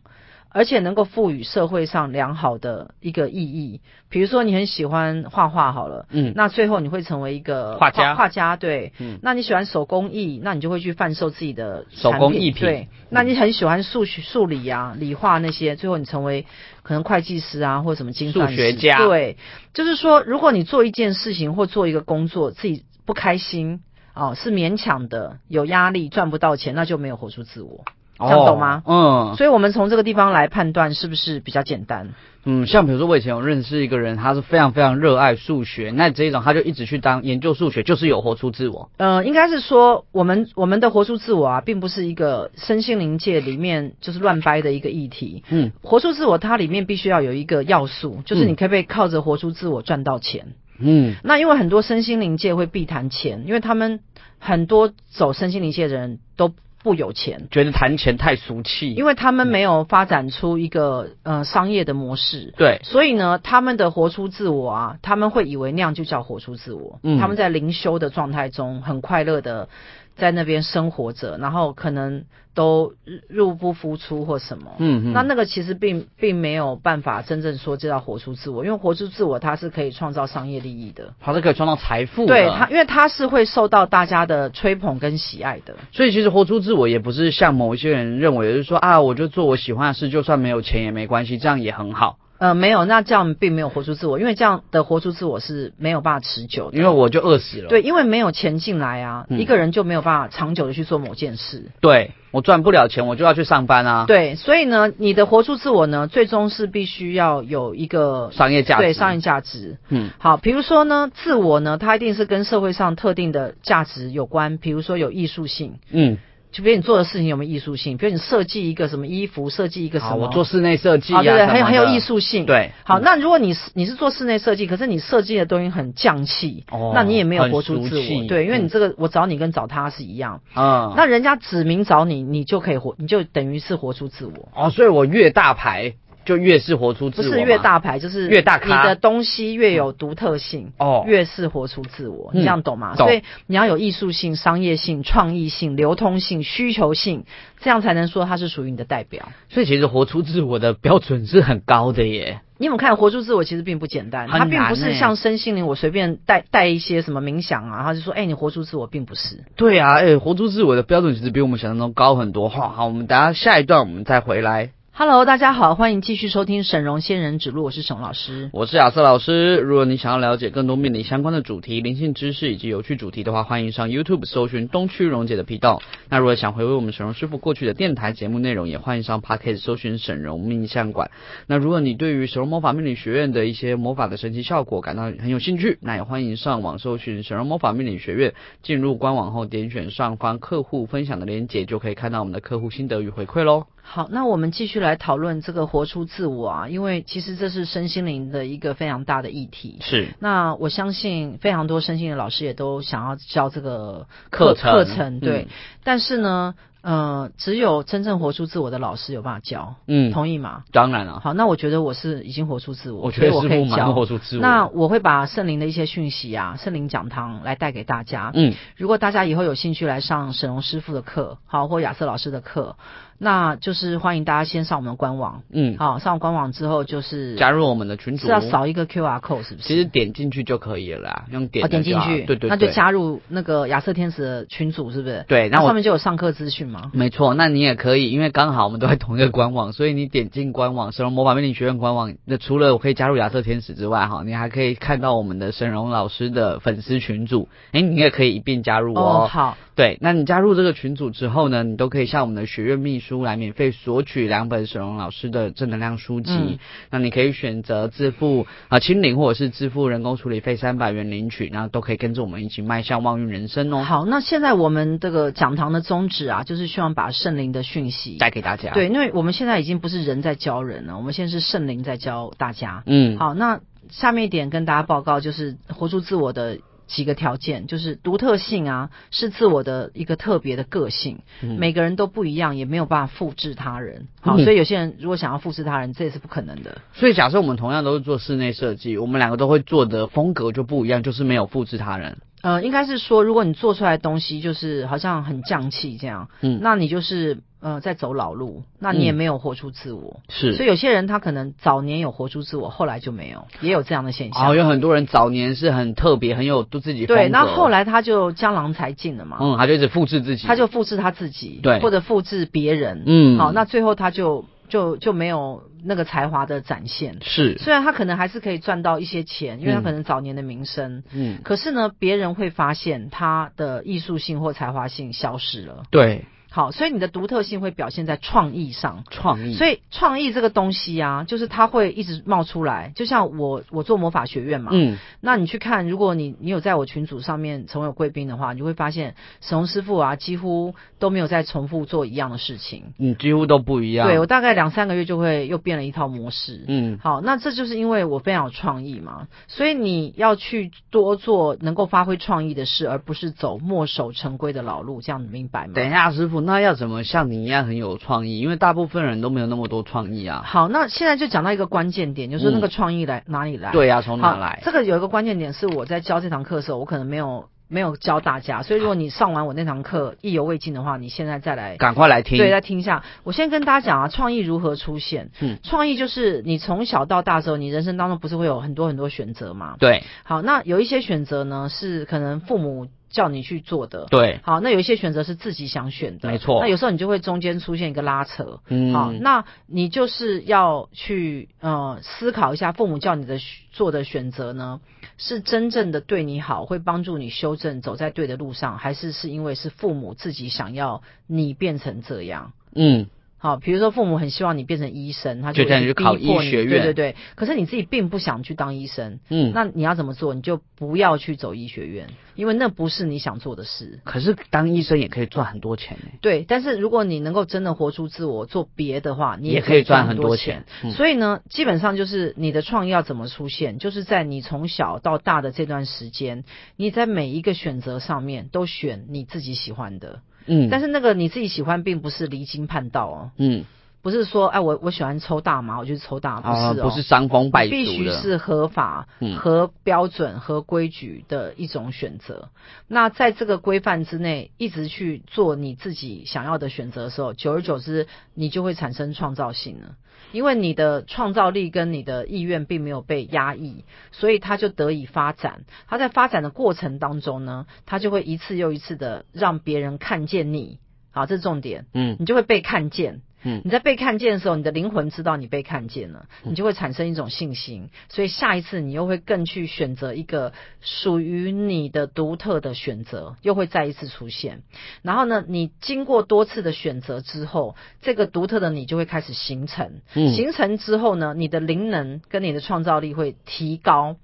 A: 而且能够赋予社会上良好的一个意义。比如说，你很喜欢画画，好了。
B: 嗯，
A: 那最后你会成为一个
B: 画家
A: 画家对。
B: 嗯
A: 那你喜欢手工艺，那你就会去贩售自己的
B: 手工
A: 产
B: 艺品
A: 对，那你很喜欢数学、数理啊、理化那些，最后你成为可能会计师啊，或什么精算师
B: 数学家
A: 对，就是说，如果你做一件事情或做一个工作，自己不开心。哦，是勉强的，有压力，赚不到钱，那就没有活出自我。这样懂吗
B: 哦
A: 所以，我们从这个地方来判断是不是比较简单。
B: 嗯嗯，像比如说我以前有认识一个人，他是非常非常热爱数学，那这一种他就一直去当研究数学，就是有活出自我。
A: 呃，应该是说我们我们的活出自我啊，并不是一个身心灵界里面就是乱掰的一个议题。
B: 嗯，
A: 活出自我，它里面必须要有一个要素，就是你
B: 嗯
A: 可不可以靠着活出自我赚到钱？
B: 嗯，
A: 那因为很多身心灵界会避谈钱，因为他们很多走身心灵界的人都不有钱，
B: 觉得谈钱太俗气。
A: 因为他们没有发展出一个呃商业的模式。
B: 对，
A: 所以呢，他们的活出自我啊，他们会以为那样就叫活出自我。
B: 嗯
A: 他们在灵修的状态中，很快乐的在那边生活着，然后可能都入入不敷出或什么。
B: 嗯
A: 那
B: 嗯，
A: 那个其实并并没有办法真正说这叫活出自我，因为活出自我它是可以创造商业利益的，
B: 他是可以创造财富的。
A: 对它，因为它是会受到大家的吹捧跟喜爱的。
B: 所以其实活出自我也不是像某一些人认为，就是说啊，我就做我喜欢的事，就算没有钱也没关系，这样也很好，
A: 呃，没有，那这样并没有活出自我，因为这样的活出自我是没有办法持久的。
B: 因为我就饿死了。
A: 对，因为没有钱进来啊，
B: 嗯
A: 一个人就没有办法长久的去做某件事。
B: 对，我赚不了钱，我就要去上班啊。，
A: 对，所以呢，你的活出自我呢，最终是必须要有一个
B: 商业价值。
A: 对商业价值。
B: 嗯
A: 好，比如说呢，自我呢，它一定是跟社会上特定的价值有关，比如说有艺术性，
B: 嗯，
A: 就比如你做的事情有没有艺术性，比如你设计一个什么衣服，设计一个什
B: 好，
A: 么，
B: 我做室内设计啊，
A: 好对对，很有
B: 什么的
A: 很有艺。术性。。
B: 对，
A: 好，那如果你是你是做室内设计，可是你设计的东西很匠气，
B: 哦
A: 那你也没有活出
B: 很俗
A: 自我，
B: 气
A: 对，因为你
B: 嗯
A: 这个我找你跟找他是一样，
B: 嗯，
A: 那人家指名找你，你就可以活，你就等于是活出自我，
B: 哦，所以我越大牌就越是活出
A: 不
B: 自我嘛，
A: 是越大牌就是
B: 越大
A: 你
B: 咖嗯
A: 的东西越有独特性，
B: 哦，
A: 越是活出自我，你
B: 嗯
A: 这样懂吗？
B: 懂
A: 所以你要有艺术性、商业性、创意性、流通性、需求性，这样才能说它是属于你的代表。
B: 所以其实活出自我的标准是很高的耶。
A: 你有没有看，活出自我其实并不简单，
B: 很
A: 它并不
B: 难
A: 是
B: 欸
A: 像身心灵，我随便带带一些什么冥想啊，他就说，哎、你活出自我，并不是。
B: 对啊，哎、活出自我的标准其实比我们想象中高很多。好，好，我们等下下一段我们再回来。
A: Hello，大家好，欢迎继续收听沈荣仙人指路，我是沈老师。
B: 我是亚瑟老师。如果你想要了解更多命理相关的主题、灵性知识以及有趣主题的话，欢迎上 YouTube 搜寻东区荣姐的频道。那如果想回味我们沈荣师傅过去的电台节目内容，也欢迎上 Podcast 搜寻沈荣命相馆。那如果你对于沈荣魔法命理学院的一些魔法的神奇效果感到很有兴趣，那也欢迎上网搜寻沈荣魔法命理学院，进入官网后点选上方客户分享的链接，就可以看到我们的客户心得与回馈喽。
A: 好，那我们继续来讨论这个活出自我啊，因为其实这是身心灵的一个非常大的议题。
B: 是
A: 那我相信非常多身心灵老师也都想要教这个
B: 课程
A: 课程，对。
B: 嗯
A: 但是呢，呃，只有真正活出自我的老师有办法教，
B: 嗯，
A: 同意吗？
B: 当然了，
A: 啊好，那我觉得我是已经活出自我，
B: 我觉得
A: 所以我
B: 师
A: 可
B: 傅
A: 以
B: 蛮
A: 教。
B: 活出自我的。
A: 那我会把圣灵的一些讯息啊，圣灵讲堂来带给大家。
B: 嗯，
A: 如果大家以后有兴趣来上沈荣师傅的课，好，或亚瑟老师的课，那就是欢迎大家先上我们的官网，
B: 嗯，
A: 好，上官网之后就是
B: 加入我们的群
A: 是，
B: 组
A: 要扫一个 QR code 是不是？
B: 其实点进去就可以了啦，用
A: 哦，
B: 点的
A: 点进
B: 就好
A: 去，
B: 对对，
A: 那就
B: 对。
A: 加入那个亚瑟天使的群组是不是？
B: 对，
A: 那
B: 那
A: 上
B: 我
A: 面就有上课资讯嘛。
B: 没错，那你也可以，因为刚好我们都在同一个官网，所以你点进官网神龙魔法命理学院官网，那除了我可以加入亚瑟天使之外，哈，你还可以看到我们的神龙老师的粉丝群组，哎，你也可以一并加入
A: 哦，
B: 哦。
A: 好，
B: 对，那你加入这个群组之后呢，你都可以向我们的学院秘书来免费索取两本沈荣老师的正能量书籍。
A: 嗯
B: 那你可以选择支付啊、清零，或者是支付人工处理费三百元领取，然后都可以跟着我们一起迈向旺运人生哦，
A: 好，那现在我们这个讲堂的宗旨啊，就是希望把圣灵的讯息，
B: 带给大家。，
A: 对，因为我们现在已经不是人在教人了，我们现在是圣灵在教大家。
B: 嗯，
A: 好，那下面一点跟大家报告，就是活出自我的几个条件，就是独特性啊，是自我的一个特别的个性，
B: 嗯
A: 每个人都不一样，也没有办法复制他人。好，
B: 嗯
A: 所以有些人如果想要复制他人，这也是不可能的。
B: 所以假设我们同样都是做室内设计，我们两个都会做的风格就不一样，就是没有复制他人。
A: 呃，应该是说，如果你做出来的东西就是好像很匠气这样，
B: 嗯
A: 那你就是呃在走老路，那你也
B: 嗯
A: 没有活出自我。所
B: 是。
A: 以有些人他可能早年有活出自我，后来就没有，也有这样的现象。
B: 哦，有很多人早年是很特别，很有自己风格。
A: 对，那后来他就江郎才尽了嘛，
B: 嗯，他就一直复制自己。
A: 他就复制他自己，
B: 对
A: 或者复制别人，
B: 嗯，
A: 好，那最后他就就就没有那个才华的展现。
B: 是
A: 虽然他可能还是可以赚到一些钱，因为他
B: 嗯
A: 可能早年的名声，
B: 嗯。
A: 可是呢，别人会发现他的艺术性或才华性消失了。
B: 对，
A: 好，所以你的独特性会表现在创意上。
B: 创意。
A: 所以创意这个东西啊，就是它会一直冒出来。就像我我做魔法学院嘛，
B: 嗯，
A: 那你去看，如果你你有在我群组上面成为贵宾的话，你就会发现沈宏师傅啊，几乎都没有在重复做一样的事情。
B: 你几乎都不一样。
A: 对我大概两三个月就会又变了一套模式。
B: 嗯，
A: 好，那这就是因为我非常有创意嘛，所以你要去多做能够发挥创意的事，而不是走墨守成规的老路，这样你明白吗？
B: 等一下，师傅，那要怎么像你一样很有创意？因为大部分人都没有那么多创意啊。
A: 好，那现在就讲到一个关键点，就是那
B: 嗯
A: 个创意来、哪里来？
B: 对呀、啊从哪
A: 好，
B: 来？
A: 这个有一个关键点是我在教这堂课的时候，我可能没有没有教大家，所以如果你上完我那堂课意犹未尽的话，你现在再来。
B: 赶快来听。
A: 对，再听一下。我先跟大家讲啊，创意如何出现？
B: 嗯
A: 创意就是你从小到大的时候，你人生当中不是会有很多很多选择吗？
B: 对
A: 好，那有一些选择呢是可能父母叫你去做的，
B: 对，
A: 好，那有一些选择是自己想选的，
B: 没错
A: 那有时候你就会中间出现一个拉扯，
B: 嗯，
A: 好，那你就是要去呃思考一下，父母叫你的选做的选择呢，是真正的对你好，会帮助你修正走在对的路上，还是是因为是父母自己想要你变成这样？
B: 嗯，
A: 好，比如说父母很希望你变成医生，他
B: 就叫你去
A: 逼
B: 考
A: 迫
B: 医
A: 你
B: 学院
A: 对对对。可是你自己并不想去当医生，
B: 嗯，
A: 那你要怎么做？你就不要去走医学院，因为那不是你想做的事。
B: 可是当医生也可以赚很多钱呢。
A: 对，但是如果你能够真的活出自我，做别的话，你
B: 也可
A: 可
B: 以
A: 以
B: 赚
A: 赚
B: 很多
A: 多
B: 钱嗯
A: 所以呢，基本上就是你的创意要怎么出现，就是在你从小到大的这段时间，你在每一个选择上面都选你自己喜欢的。
B: 嗯，
A: 但
B: 是
A: 是那个你自己喜欢，并不是离经叛道哦，
B: 嗯
A: 不是说哎我我喜欢抽大麻，我就去抽大麻，
B: 啊，
A: 不是哦。
B: 不是伤风败
A: 你
B: 俗
A: 必须
B: 的。
A: 是合法
B: 嗯、
A: 合标准、合规矩的一种选择。那在这个规范之内，一直去做你自己想要的选择的时候，久而久之，你就会产生创造性了。因为你的创造力跟你的意愿并没有被压抑，所以它就得以发展。它在发展的过程当中呢，它就会一次又一次的让别人看见你。好，这是重点。
B: 嗯
A: 你就会被看见。
B: 嗯
A: 你在被看见的时候，你的灵魂知道你被看见了，你就会产生一种信心，所以下一次你又会更去选择一个属于你的独特的选择，又会再一次出现。然后呢，你经过多次的选择之后，这个独特的你就会开始形成。
B: 嗯，
A: 形成之后呢，你的灵能跟你的创造力会提高。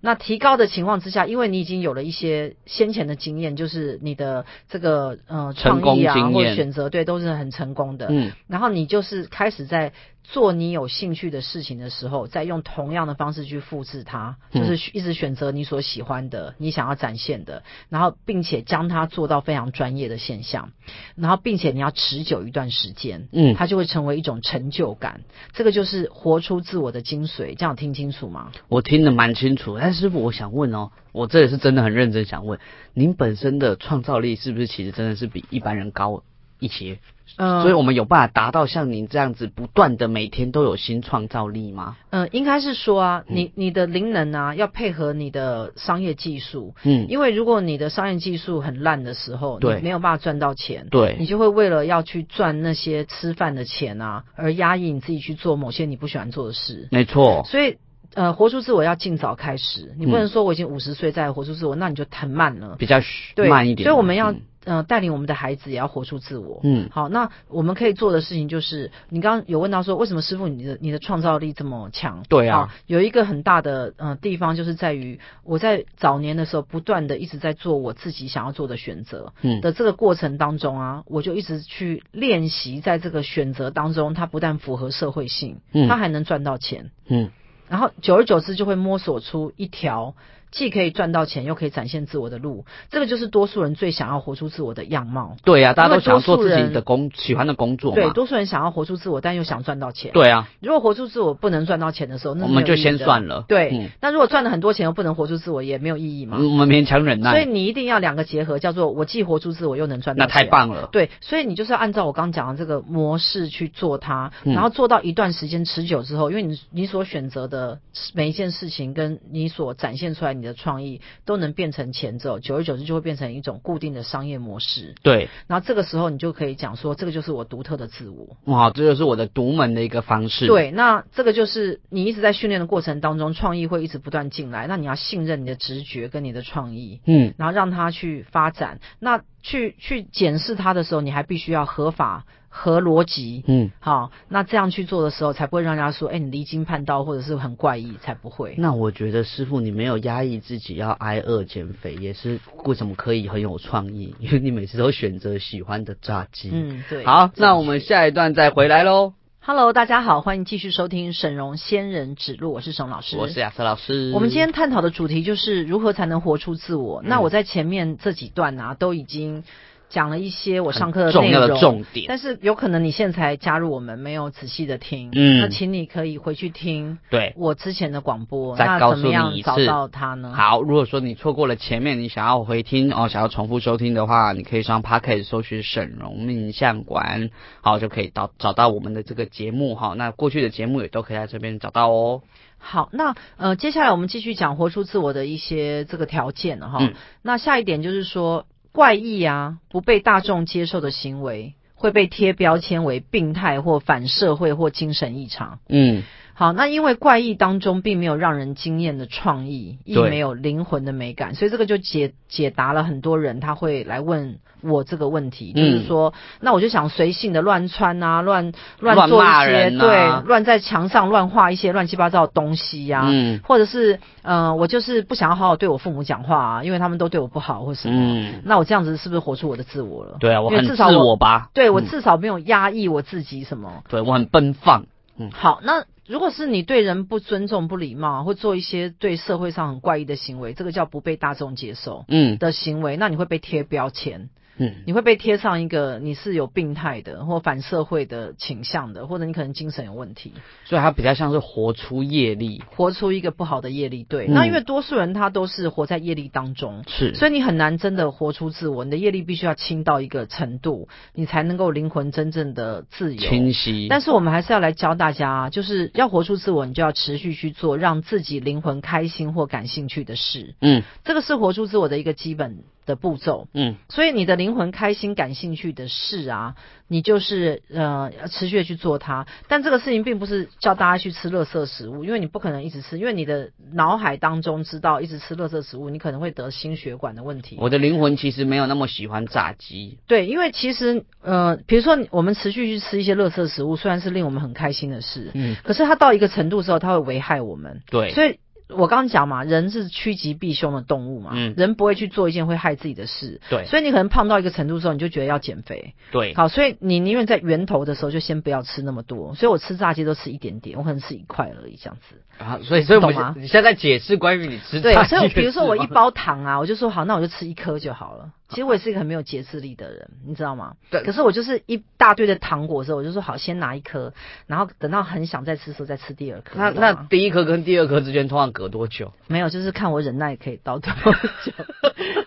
A: 那提高的情况之下，因为你已经有了一些先前的经验，就是你的这个呃
B: 成
A: 创
B: 功
A: 意啊
B: 经验
A: 或者选择，对，都是很成功的。
B: 嗯
A: 然后你就是开始在做你有兴趣的事情的时候，再用同样的方式去复制它，
B: 嗯
A: 就是一直选择你所喜欢的、你想要展现的，然后并且将它做到非常专业的现象，然后并且你要持久一段时间，
B: 嗯
A: 它就会成为一种成就感。这个就是活出自我的精髓。这样听清楚吗？
B: 我听得蛮清楚，但师傅，我想问哦，我这也是真的很认真想问，您本身的创造力是不是其实真的是比一般人高一些？
A: 嗯
B: 所以我们有办法达到像您这样子不断的每天都有新创造力吗？
A: 嗯，应该是说啊，
B: 嗯
A: 你你的灵能啊，要配合你的商业技术，
B: 嗯，
A: 因为如果你的商业技术很烂的时候，
B: 对
A: 你没有办法赚到钱，你
B: 对，
A: 就会为了要去赚那些吃饭的钱啊，而压抑你自己去做某些你不喜欢做的事。
B: 没错，
A: 所以，呃，活出自我要尽早开始，你不能说我已经五十岁再活出自我，那你就太慢了。
B: 比较
A: 对，
B: 慢一点嘛。
A: 所以我们要、
B: 嗯
A: 呃带领我们的孩子也要活出自我。
B: 嗯
A: 好，那我们可以做的事情就是，你刚刚有问到说，为什么师傅你的你的创造力这么强？
B: 对啊
A: 好，有一个很大的呃地方就是在于我在早年的时候，不断的一直在做我自己想要做的选择
B: 嗯
A: 的这个过程当中啊，我就一直去练习，在这个选择当中，它不但符合社会性，
B: 嗯
A: 它还能赚到钱。
B: 嗯
A: 然后久而久之就会摸索出一条既可以赚到钱又可以展现自我的路，这个就是多数人最想要活出自我的样貌。
B: 对呀、大家都想要做
A: 因为
B: 自
A: 多数人
B: 己的工喜欢的工作
A: 对，
B: 嘛。
A: 多数人想要活出自我，但又想赚到钱。
B: 对啊，
A: 如果活出自我不能赚到钱的时候，那
B: 我们就先
A: 了。
B: 算了。
A: 对
B: 嗯，
A: 那如果赚了很多钱又不能活出自我，也没有意义嘛。
B: 嗯我们勉强忍
A: 所以
B: 耐，
A: 你一定要两个结合，叫做我既活出自我又能赚到
B: 那
A: 钱。
B: 太棒了。
A: 对，所以你就是要按照我刚刚讲的这个模式去做它，
B: 嗯
A: 然后做到一段时间持久之后，因为你你所选择的每一件事情跟你所展现出来你的创意都能变成钱之后，久而久之就会变成一种固定的商业模式。
B: 对，
A: 然后这个时候你就可以讲说，这个就是我独特的自我。
B: 哇，这就是我的独门的一个方式。，
A: 对，那这个就是你一直在训练的过程当中，创意会一直不断进来。那你要信任你的直觉跟你的创意。
B: 嗯，
A: 然后让它去发展。那去去检视它的时候，你还必须要合法、合逻辑。
B: 嗯，
A: 好，那这样去做的时候，才不会让人家说，哎，你离经叛道或者是很怪异，才不会。
B: 那我觉得师傅你没有压抑自己要挨饿减肥，也是为什么可以很有创意，因为你每次都选择喜欢的炸鸡。，
A: 嗯，对。
B: 好，
A: 这
B: 那
A: 个
B: 我们下一段再回来喽。
A: Hello，大家好，欢迎继续收听沈荣仙人指路，我是沈老师，
B: 我是亚瑟老师。
A: 我们今天探讨的主题就是如何才能活出自我。
B: 嗯
A: 那我在前面这几段啊，都已经讲了一些我上课的
B: 很重
A: 内
B: 要
A: 容，
B: 的重点，
A: 但是有可能你现在才加入我们，没有仔细的听，
B: 嗯
A: 那请你可以回去听
B: 对。
A: 我之前的广播，
B: 再
A: 那
B: 告
A: 怎么
B: 诉
A: 样
B: 你一
A: 找
B: 次
A: 到他呢？
B: 好，如果说你错过了前面，你想要回听哦，想要重复收听的话，你可以上 p o c k e t 搜寻沈荣命相馆，好就可以到找到我们的这个节目哈。那过去的节目也都可以在这边找到哦。
A: 好，那呃，接下来我们继续讲活出自我的一些这个条件了哈。
B: 嗯
A: 那下一点就是说，怪异啊，不被大众接受的行为会被贴标签为病态或反社会或精神异常。
B: 嗯，
A: 好，那因为怪异当中并没有让人惊艳的创意，亦
B: 对
A: 没有灵魂的美感，所以这个就解解答了很多人他会来问我这个问题，就
B: 嗯
A: 是说，那我就想随性的乱穿啊，乱
B: 乱
A: 做一
B: 骂
A: 些，
B: 人啊
A: 对，乱在墙上乱画一些乱七八糟的东西呀、
B: 嗯
A: 或者是，呃，我就是不想要好好对我父母讲话啊，因为他们都对我不好或什么。
B: 嗯，
A: 那我这样子是不是活出我的自我了？
B: 对啊，我
A: 因为
B: 很
A: 至
B: 自
A: 少我
B: 我吧，
A: 对我
B: 嗯
A: 至少没有压抑我自己什么。
B: 对我很奔放。
A: 好，那如果是你对人不尊重、不礼貌，或做一些对社会上很怪异的行为，这个叫不被大众接受
B: 嗯
A: 的行为，那你会被贴标签，
B: 嗯，
A: 你会被贴上一个你是有病态的或反社会的倾向的，或者你可能精神有问题，
B: 所以它比较像是活出业力，
A: 活出一个不好的业力。对，
B: 嗯
A: 那因为多数人他都是活在业力当中。
B: 是
A: 所以你很难真的活出自我，你的业力必须要轻到一个程度，你才能够灵魂真正的自由。
B: 清晰。
A: 但是我们还是要来教大家啊，就是要活出自我，你就要持续去做让自己灵魂开心或感兴趣的事，
B: 嗯
A: 这个是活出自我的一个基本的步骤。
B: 嗯
A: 所以你的灵魂开心、感兴趣的事啊，你就是呃持续的去做它。但这个事情并不是叫大家去吃垃圾食物，因为你不可能一直吃，因为你的脑海当中知道一直吃垃圾食物，你可能会得心血管的问题。
B: 我的灵魂其实没有那么喜欢炸鸡。
A: 对，因为其实呃，比如说我们持续去吃一些垃圾食物，虽然是令我们很开心的事，
B: 嗯，
A: 可是它到一个程度之后，它会危害我们。
B: 对，
A: 所以我刚刚讲嘛，人是趋吉避凶的动物嘛，
B: 嗯
A: 人不会去做一件会害自己的事，
B: 对
A: 所以你可能胖到一个程度之后，你就觉得要减肥，
B: 对，
A: 好，所以你宁愿在源头的时候就先不要吃那么多，所以我吃炸鸡都吃一点点，我可能吃一块而已这样子。
B: 啊，所以所以我
A: 懂吗
B: 们你现在解释关于你吃
A: 对
B: 炸，鸡
A: 所以我比如说我一
B: 的事吗，
A: 包糖啊，我就说好，那我就吃一颗就好了。其实我也是一个很没有节制力的人，你知道吗？
B: 对
A: 可是我就是一大堆的糖果的时候，我就说好，先拿一颗，然后等到很想再吃的时候再吃第二颗。
B: 那
A: 你懂吗
B: 那第一颗跟第二颗之间通常隔多久？
A: 没有，就是看我忍耐可以到多 久。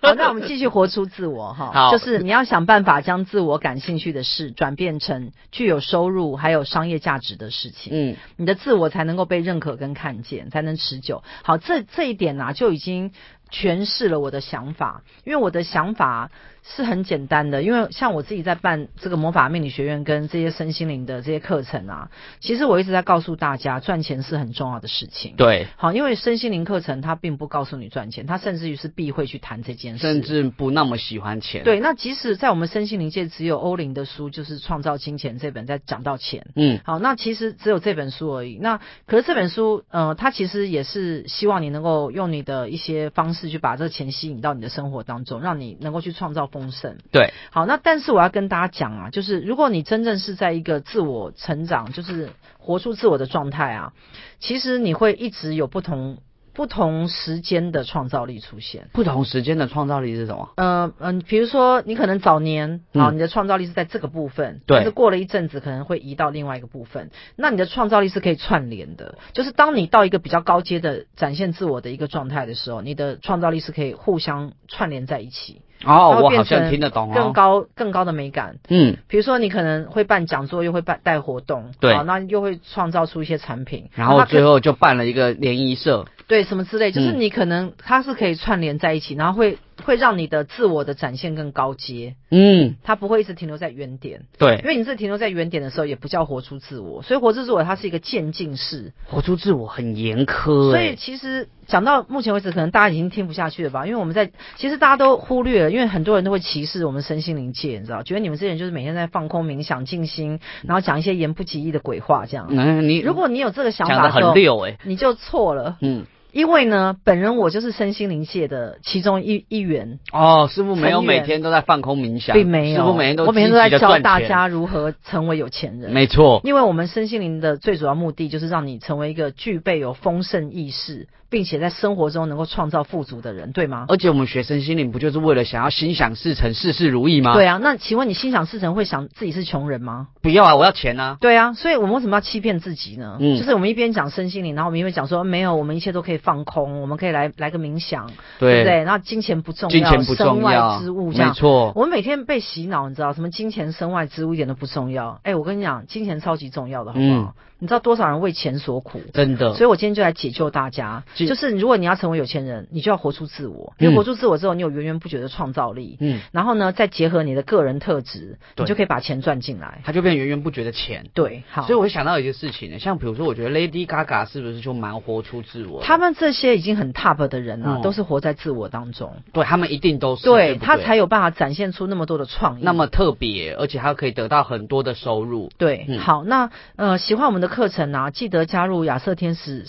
A: 好，那我们继续活出自我哈，
B: 好
A: 就是你要想办法将自我感兴趣的事转变成具有收入还有商业价值的事情。
B: 嗯，
A: 你的自我才能够被认可跟看见，才能持久。好，这这一点呢、就已经诠释了我的想法，因为我的想法是很简单的，因为像我自己在办这个魔法命理学院跟这些身心灵的这些课程啊，其实我一直在告诉大家，赚钱是很重要的事情。
B: 对，
A: 好，因为身心灵课程它并不告诉你赚钱，它甚至于是避讳去谈这件事，
B: 甚至不那么喜欢钱。，
A: 对。那即使在我们身心灵界，只有欧林的书就是《创造金钱》这本在讲到钱，
B: 嗯，
A: 好，那其实只有这本书而已。那可是这本书，呃，它其实也是希望你能够用你的一些方式去把这个钱吸引到你的生活当中，让你能够去创造丰盛。
B: 对，
A: 好，那但是我要跟大家讲啊，就是如果你真正是在一个自我成长，就是活出自我的状态啊，其实你会一直有不同不同时间的创造力出现。
B: 不同时间的创造力是什么？
A: 呃嗯，比如说你可能早年
B: 嗯
A: 啊，你的创造力是在这个部分，
B: 对
A: 但是过了一阵子可能会移到另外一个部分，那你的创造力是可以串联的，就是当你到一个比较高阶的展现自我的一个状态的时候，你的创造力是可以互相串联在一起，它
B: 哦，
A: 会
B: 我
A: 变
B: 好像
A: 成
B: 听得懂
A: 更
B: 哦。
A: 高更高的美感。
B: 嗯，
A: 比如说，你可能会办讲座，又会办带活动，
B: 对
A: 啊，那又会创造出一些产品，
B: 然后
A: 那
B: 最后就办了一个联谊社。
A: 对什么之类，就是
B: 嗯
A: 你可能它是可以串联在一起，然后会会让你的自我的展现更高阶。
B: 嗯，
A: 它不会一直停留在原点，因
B: 对，
A: 为你是停留在原点的时候，也不叫活出自我，所以活出自我它是一个渐进式。
B: 活出自我很严苛、
A: 所
B: 欸，
A: 以其实讲到目前为止，可能大家已经听不下去了吧？因为我们在其实大家都忽略了，因为很多人都会歧视我们身心灵界，你知道，觉得你们这些人就是每天在放空冥想、静心，然后讲一些言不及义的鬼话这样。
B: 嗯，你
A: 如果你有这个想
B: 讲
A: 法
B: 的
A: 的时
B: 很
A: 候，
B: 溜哎、
A: 你就错了，
B: 嗯，
A: 因为呢，本人我就是身心灵界的其中一一员，
B: 哦，师傅没有
A: 成员
B: 每天都在放空冥想，
A: 并没
B: 师
A: 有，
B: 傅每天都
A: 我每天
B: 积
A: 都在
B: 极地
A: 教
B: 赚
A: 大
B: 钱，
A: 家如何成为有钱人。
B: 没错，
A: 因为我们身心灵的最主要目的就是让你成为一个具备有丰盛意识，并且在生活中能够创造富足的人，对吗？
B: 而且我们学生心灵不就是为了想要心想事成、事事如意吗？，
A: 对啊，那请问你心想事成会想自己是穷人吗？
B: 不要啊，我要钱啊！
A: 对啊，所以我们为什么要欺骗自己呢？
B: 嗯
A: 就是我们一边讲身心灵，然后我们一边讲说没有，我们一切都可以放空，我们可以来来个冥想，对
B: 对
A: 不对？那金钱不重要，
B: 金钱不重
A: 身外
B: 要，
A: 之物这
B: 没
A: 样。
B: 错，
A: 我们每天被洗脑，你知道什么金钱身外之物一点都不重要。哎，我跟你讲，金钱超级重要的，好不好？你知道多少人为钱所苦？
B: 嗯真的
A: 所以我今天就来解救大家，
B: 解
A: 就是如果你要成为有钱人，你就要活出自我，
B: 嗯
A: 因为活出自我之后，你有源源不绝的创造力，
B: 嗯，
A: 然后呢，再结合你的个人特质，你
B: 对
A: 就可以把钱赚进来。
B: 它就变源源不绝的钱。
A: 对，好
B: 所以。我想到一件事情呢，像比如说，我觉得 Lady Gaga 是不是就蛮活出自我的？
A: 他们这些已经很 top 的人啊，
B: 嗯
A: 都是活在自我当中，
B: 对他们一定都是，对
A: 对
B: 不对
A: 他才有办法展现出那么多的创意。
B: 那么特别，而且他可以得到很多的收入。
A: 对，
B: 嗯
A: 好，那呃，喜欢我们的课程啊，记得加入亚瑟天使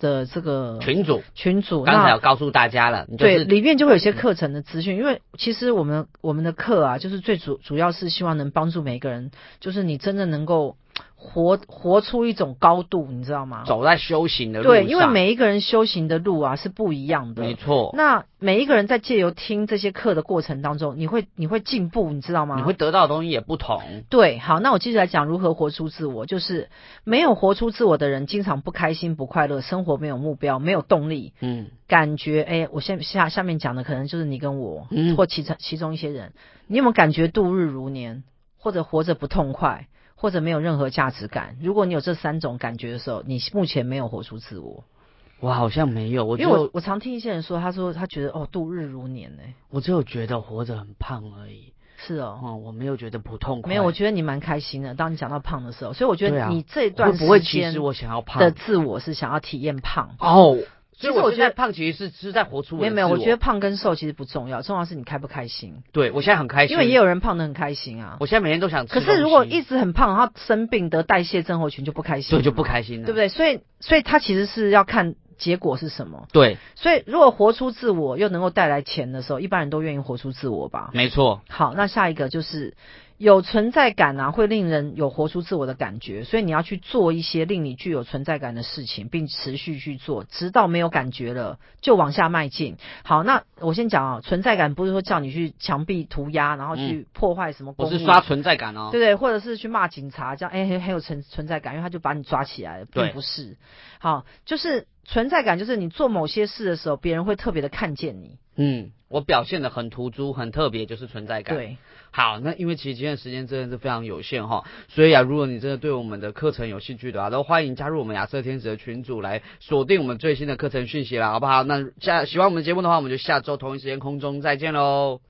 A: 的这个
B: 群主
A: 群组。
B: 刚才
A: 嗯那
B: 有告诉大家了，你就
A: 对，
B: 是
A: 里面就会有一些课程的资讯，因为其实我们我们的课啊，就是最主主要是希望能帮助每一个人，就是你真的能够活活出一种高度，你知道吗？
B: 走在修行的路
A: 对，
B: 上。
A: 因为每一个人修行的路啊是不一样
B: 没
A: 的。
B: 错，
A: 那每一个人在借由听这些课的过程当中，你会你会进步，你知道吗？
B: 你会得到的东西也不同。
A: 对，好，那我继续来讲如何活出自我。就是没有活出自我的人，经常不开心、不快乐，生活没有目标、没有动力，
B: 嗯，
A: 感觉哎，我现下下面讲的可能就是你跟我，
B: 嗯
A: 或其中其中一些人，你有没有感觉度日如年，或者活着不痛快，或者没有任何价值感？如果你有这三种感觉的时候，你目前没有活出自我。
B: 我好像没有，我
A: 因为
B: 就
A: 我我常听一些人说，他说他觉得哦，度日如年呢、
B: 我只有觉得活着很胖而已，
A: 是哦。
B: 哦，我没有觉得不痛快。
A: 没有，我觉得你蛮开心的。当你讲到胖的时候，所以我觉
B: 对
A: 得
B: 啊
A: 你这段
B: 会
A: 时间、
B: 不会其实我想要
A: 的
B: 胖？
A: 自我是想要体验胖。
B: 哦，
A: 其
B: 所
A: 实
B: 以
A: 我
B: 我
A: 觉
B: 现
A: 得
B: 在胖其实是是在活出我
A: 没
B: 的
A: 有没有，
B: 自
A: 我觉得胖跟瘦其实不重要，重要是你开不开心。
B: 对我现在很开心，
A: 因为也有人胖的很开心啊，
B: 我现在每天都想吃
A: 可
B: 东西。
A: 是如果一直很胖，他生病得代谢症候群就不开心，
B: 对就不开心了，
A: 对不对？所以所以他其实是要看结果是什么。
B: 对，
A: 所以，如果活出自我又能够带来钱的时候，一般人都愿意活出自我吧。
B: 没错，
A: 好，那下一个就是有存在感啊，会令人有活出自我的感觉，所以你要去做一些令你具有存在感的事情，并持续去做，直到没有感觉了就往下迈进。好，那我先讲啊，存在感不是说叫你去墙壁涂鸦，然后去破坏什么公
B: 嗯我
A: 物，
B: 是刷存在感哦。
A: 对对，或者是去骂警察，这样哎很很有存存在感，因为他就把你抓起来了，
B: 对
A: 并不是。好，就是存在感，就是你做某些事的时候，别人会特别的看见你。
B: 嗯，我表现的很突出，很特别，就是存在感。
A: 对，
B: 好，那因为其实今天的时间真的是非常有限哈，所以啊，如果你真的对我们的课程有兴趣的话，都欢迎加入我们亚瑟天使的群组来锁定我们最新的课程讯息啦，好不好？那下喜欢我们的节目的话，我们就下周同一时间空中再见喽。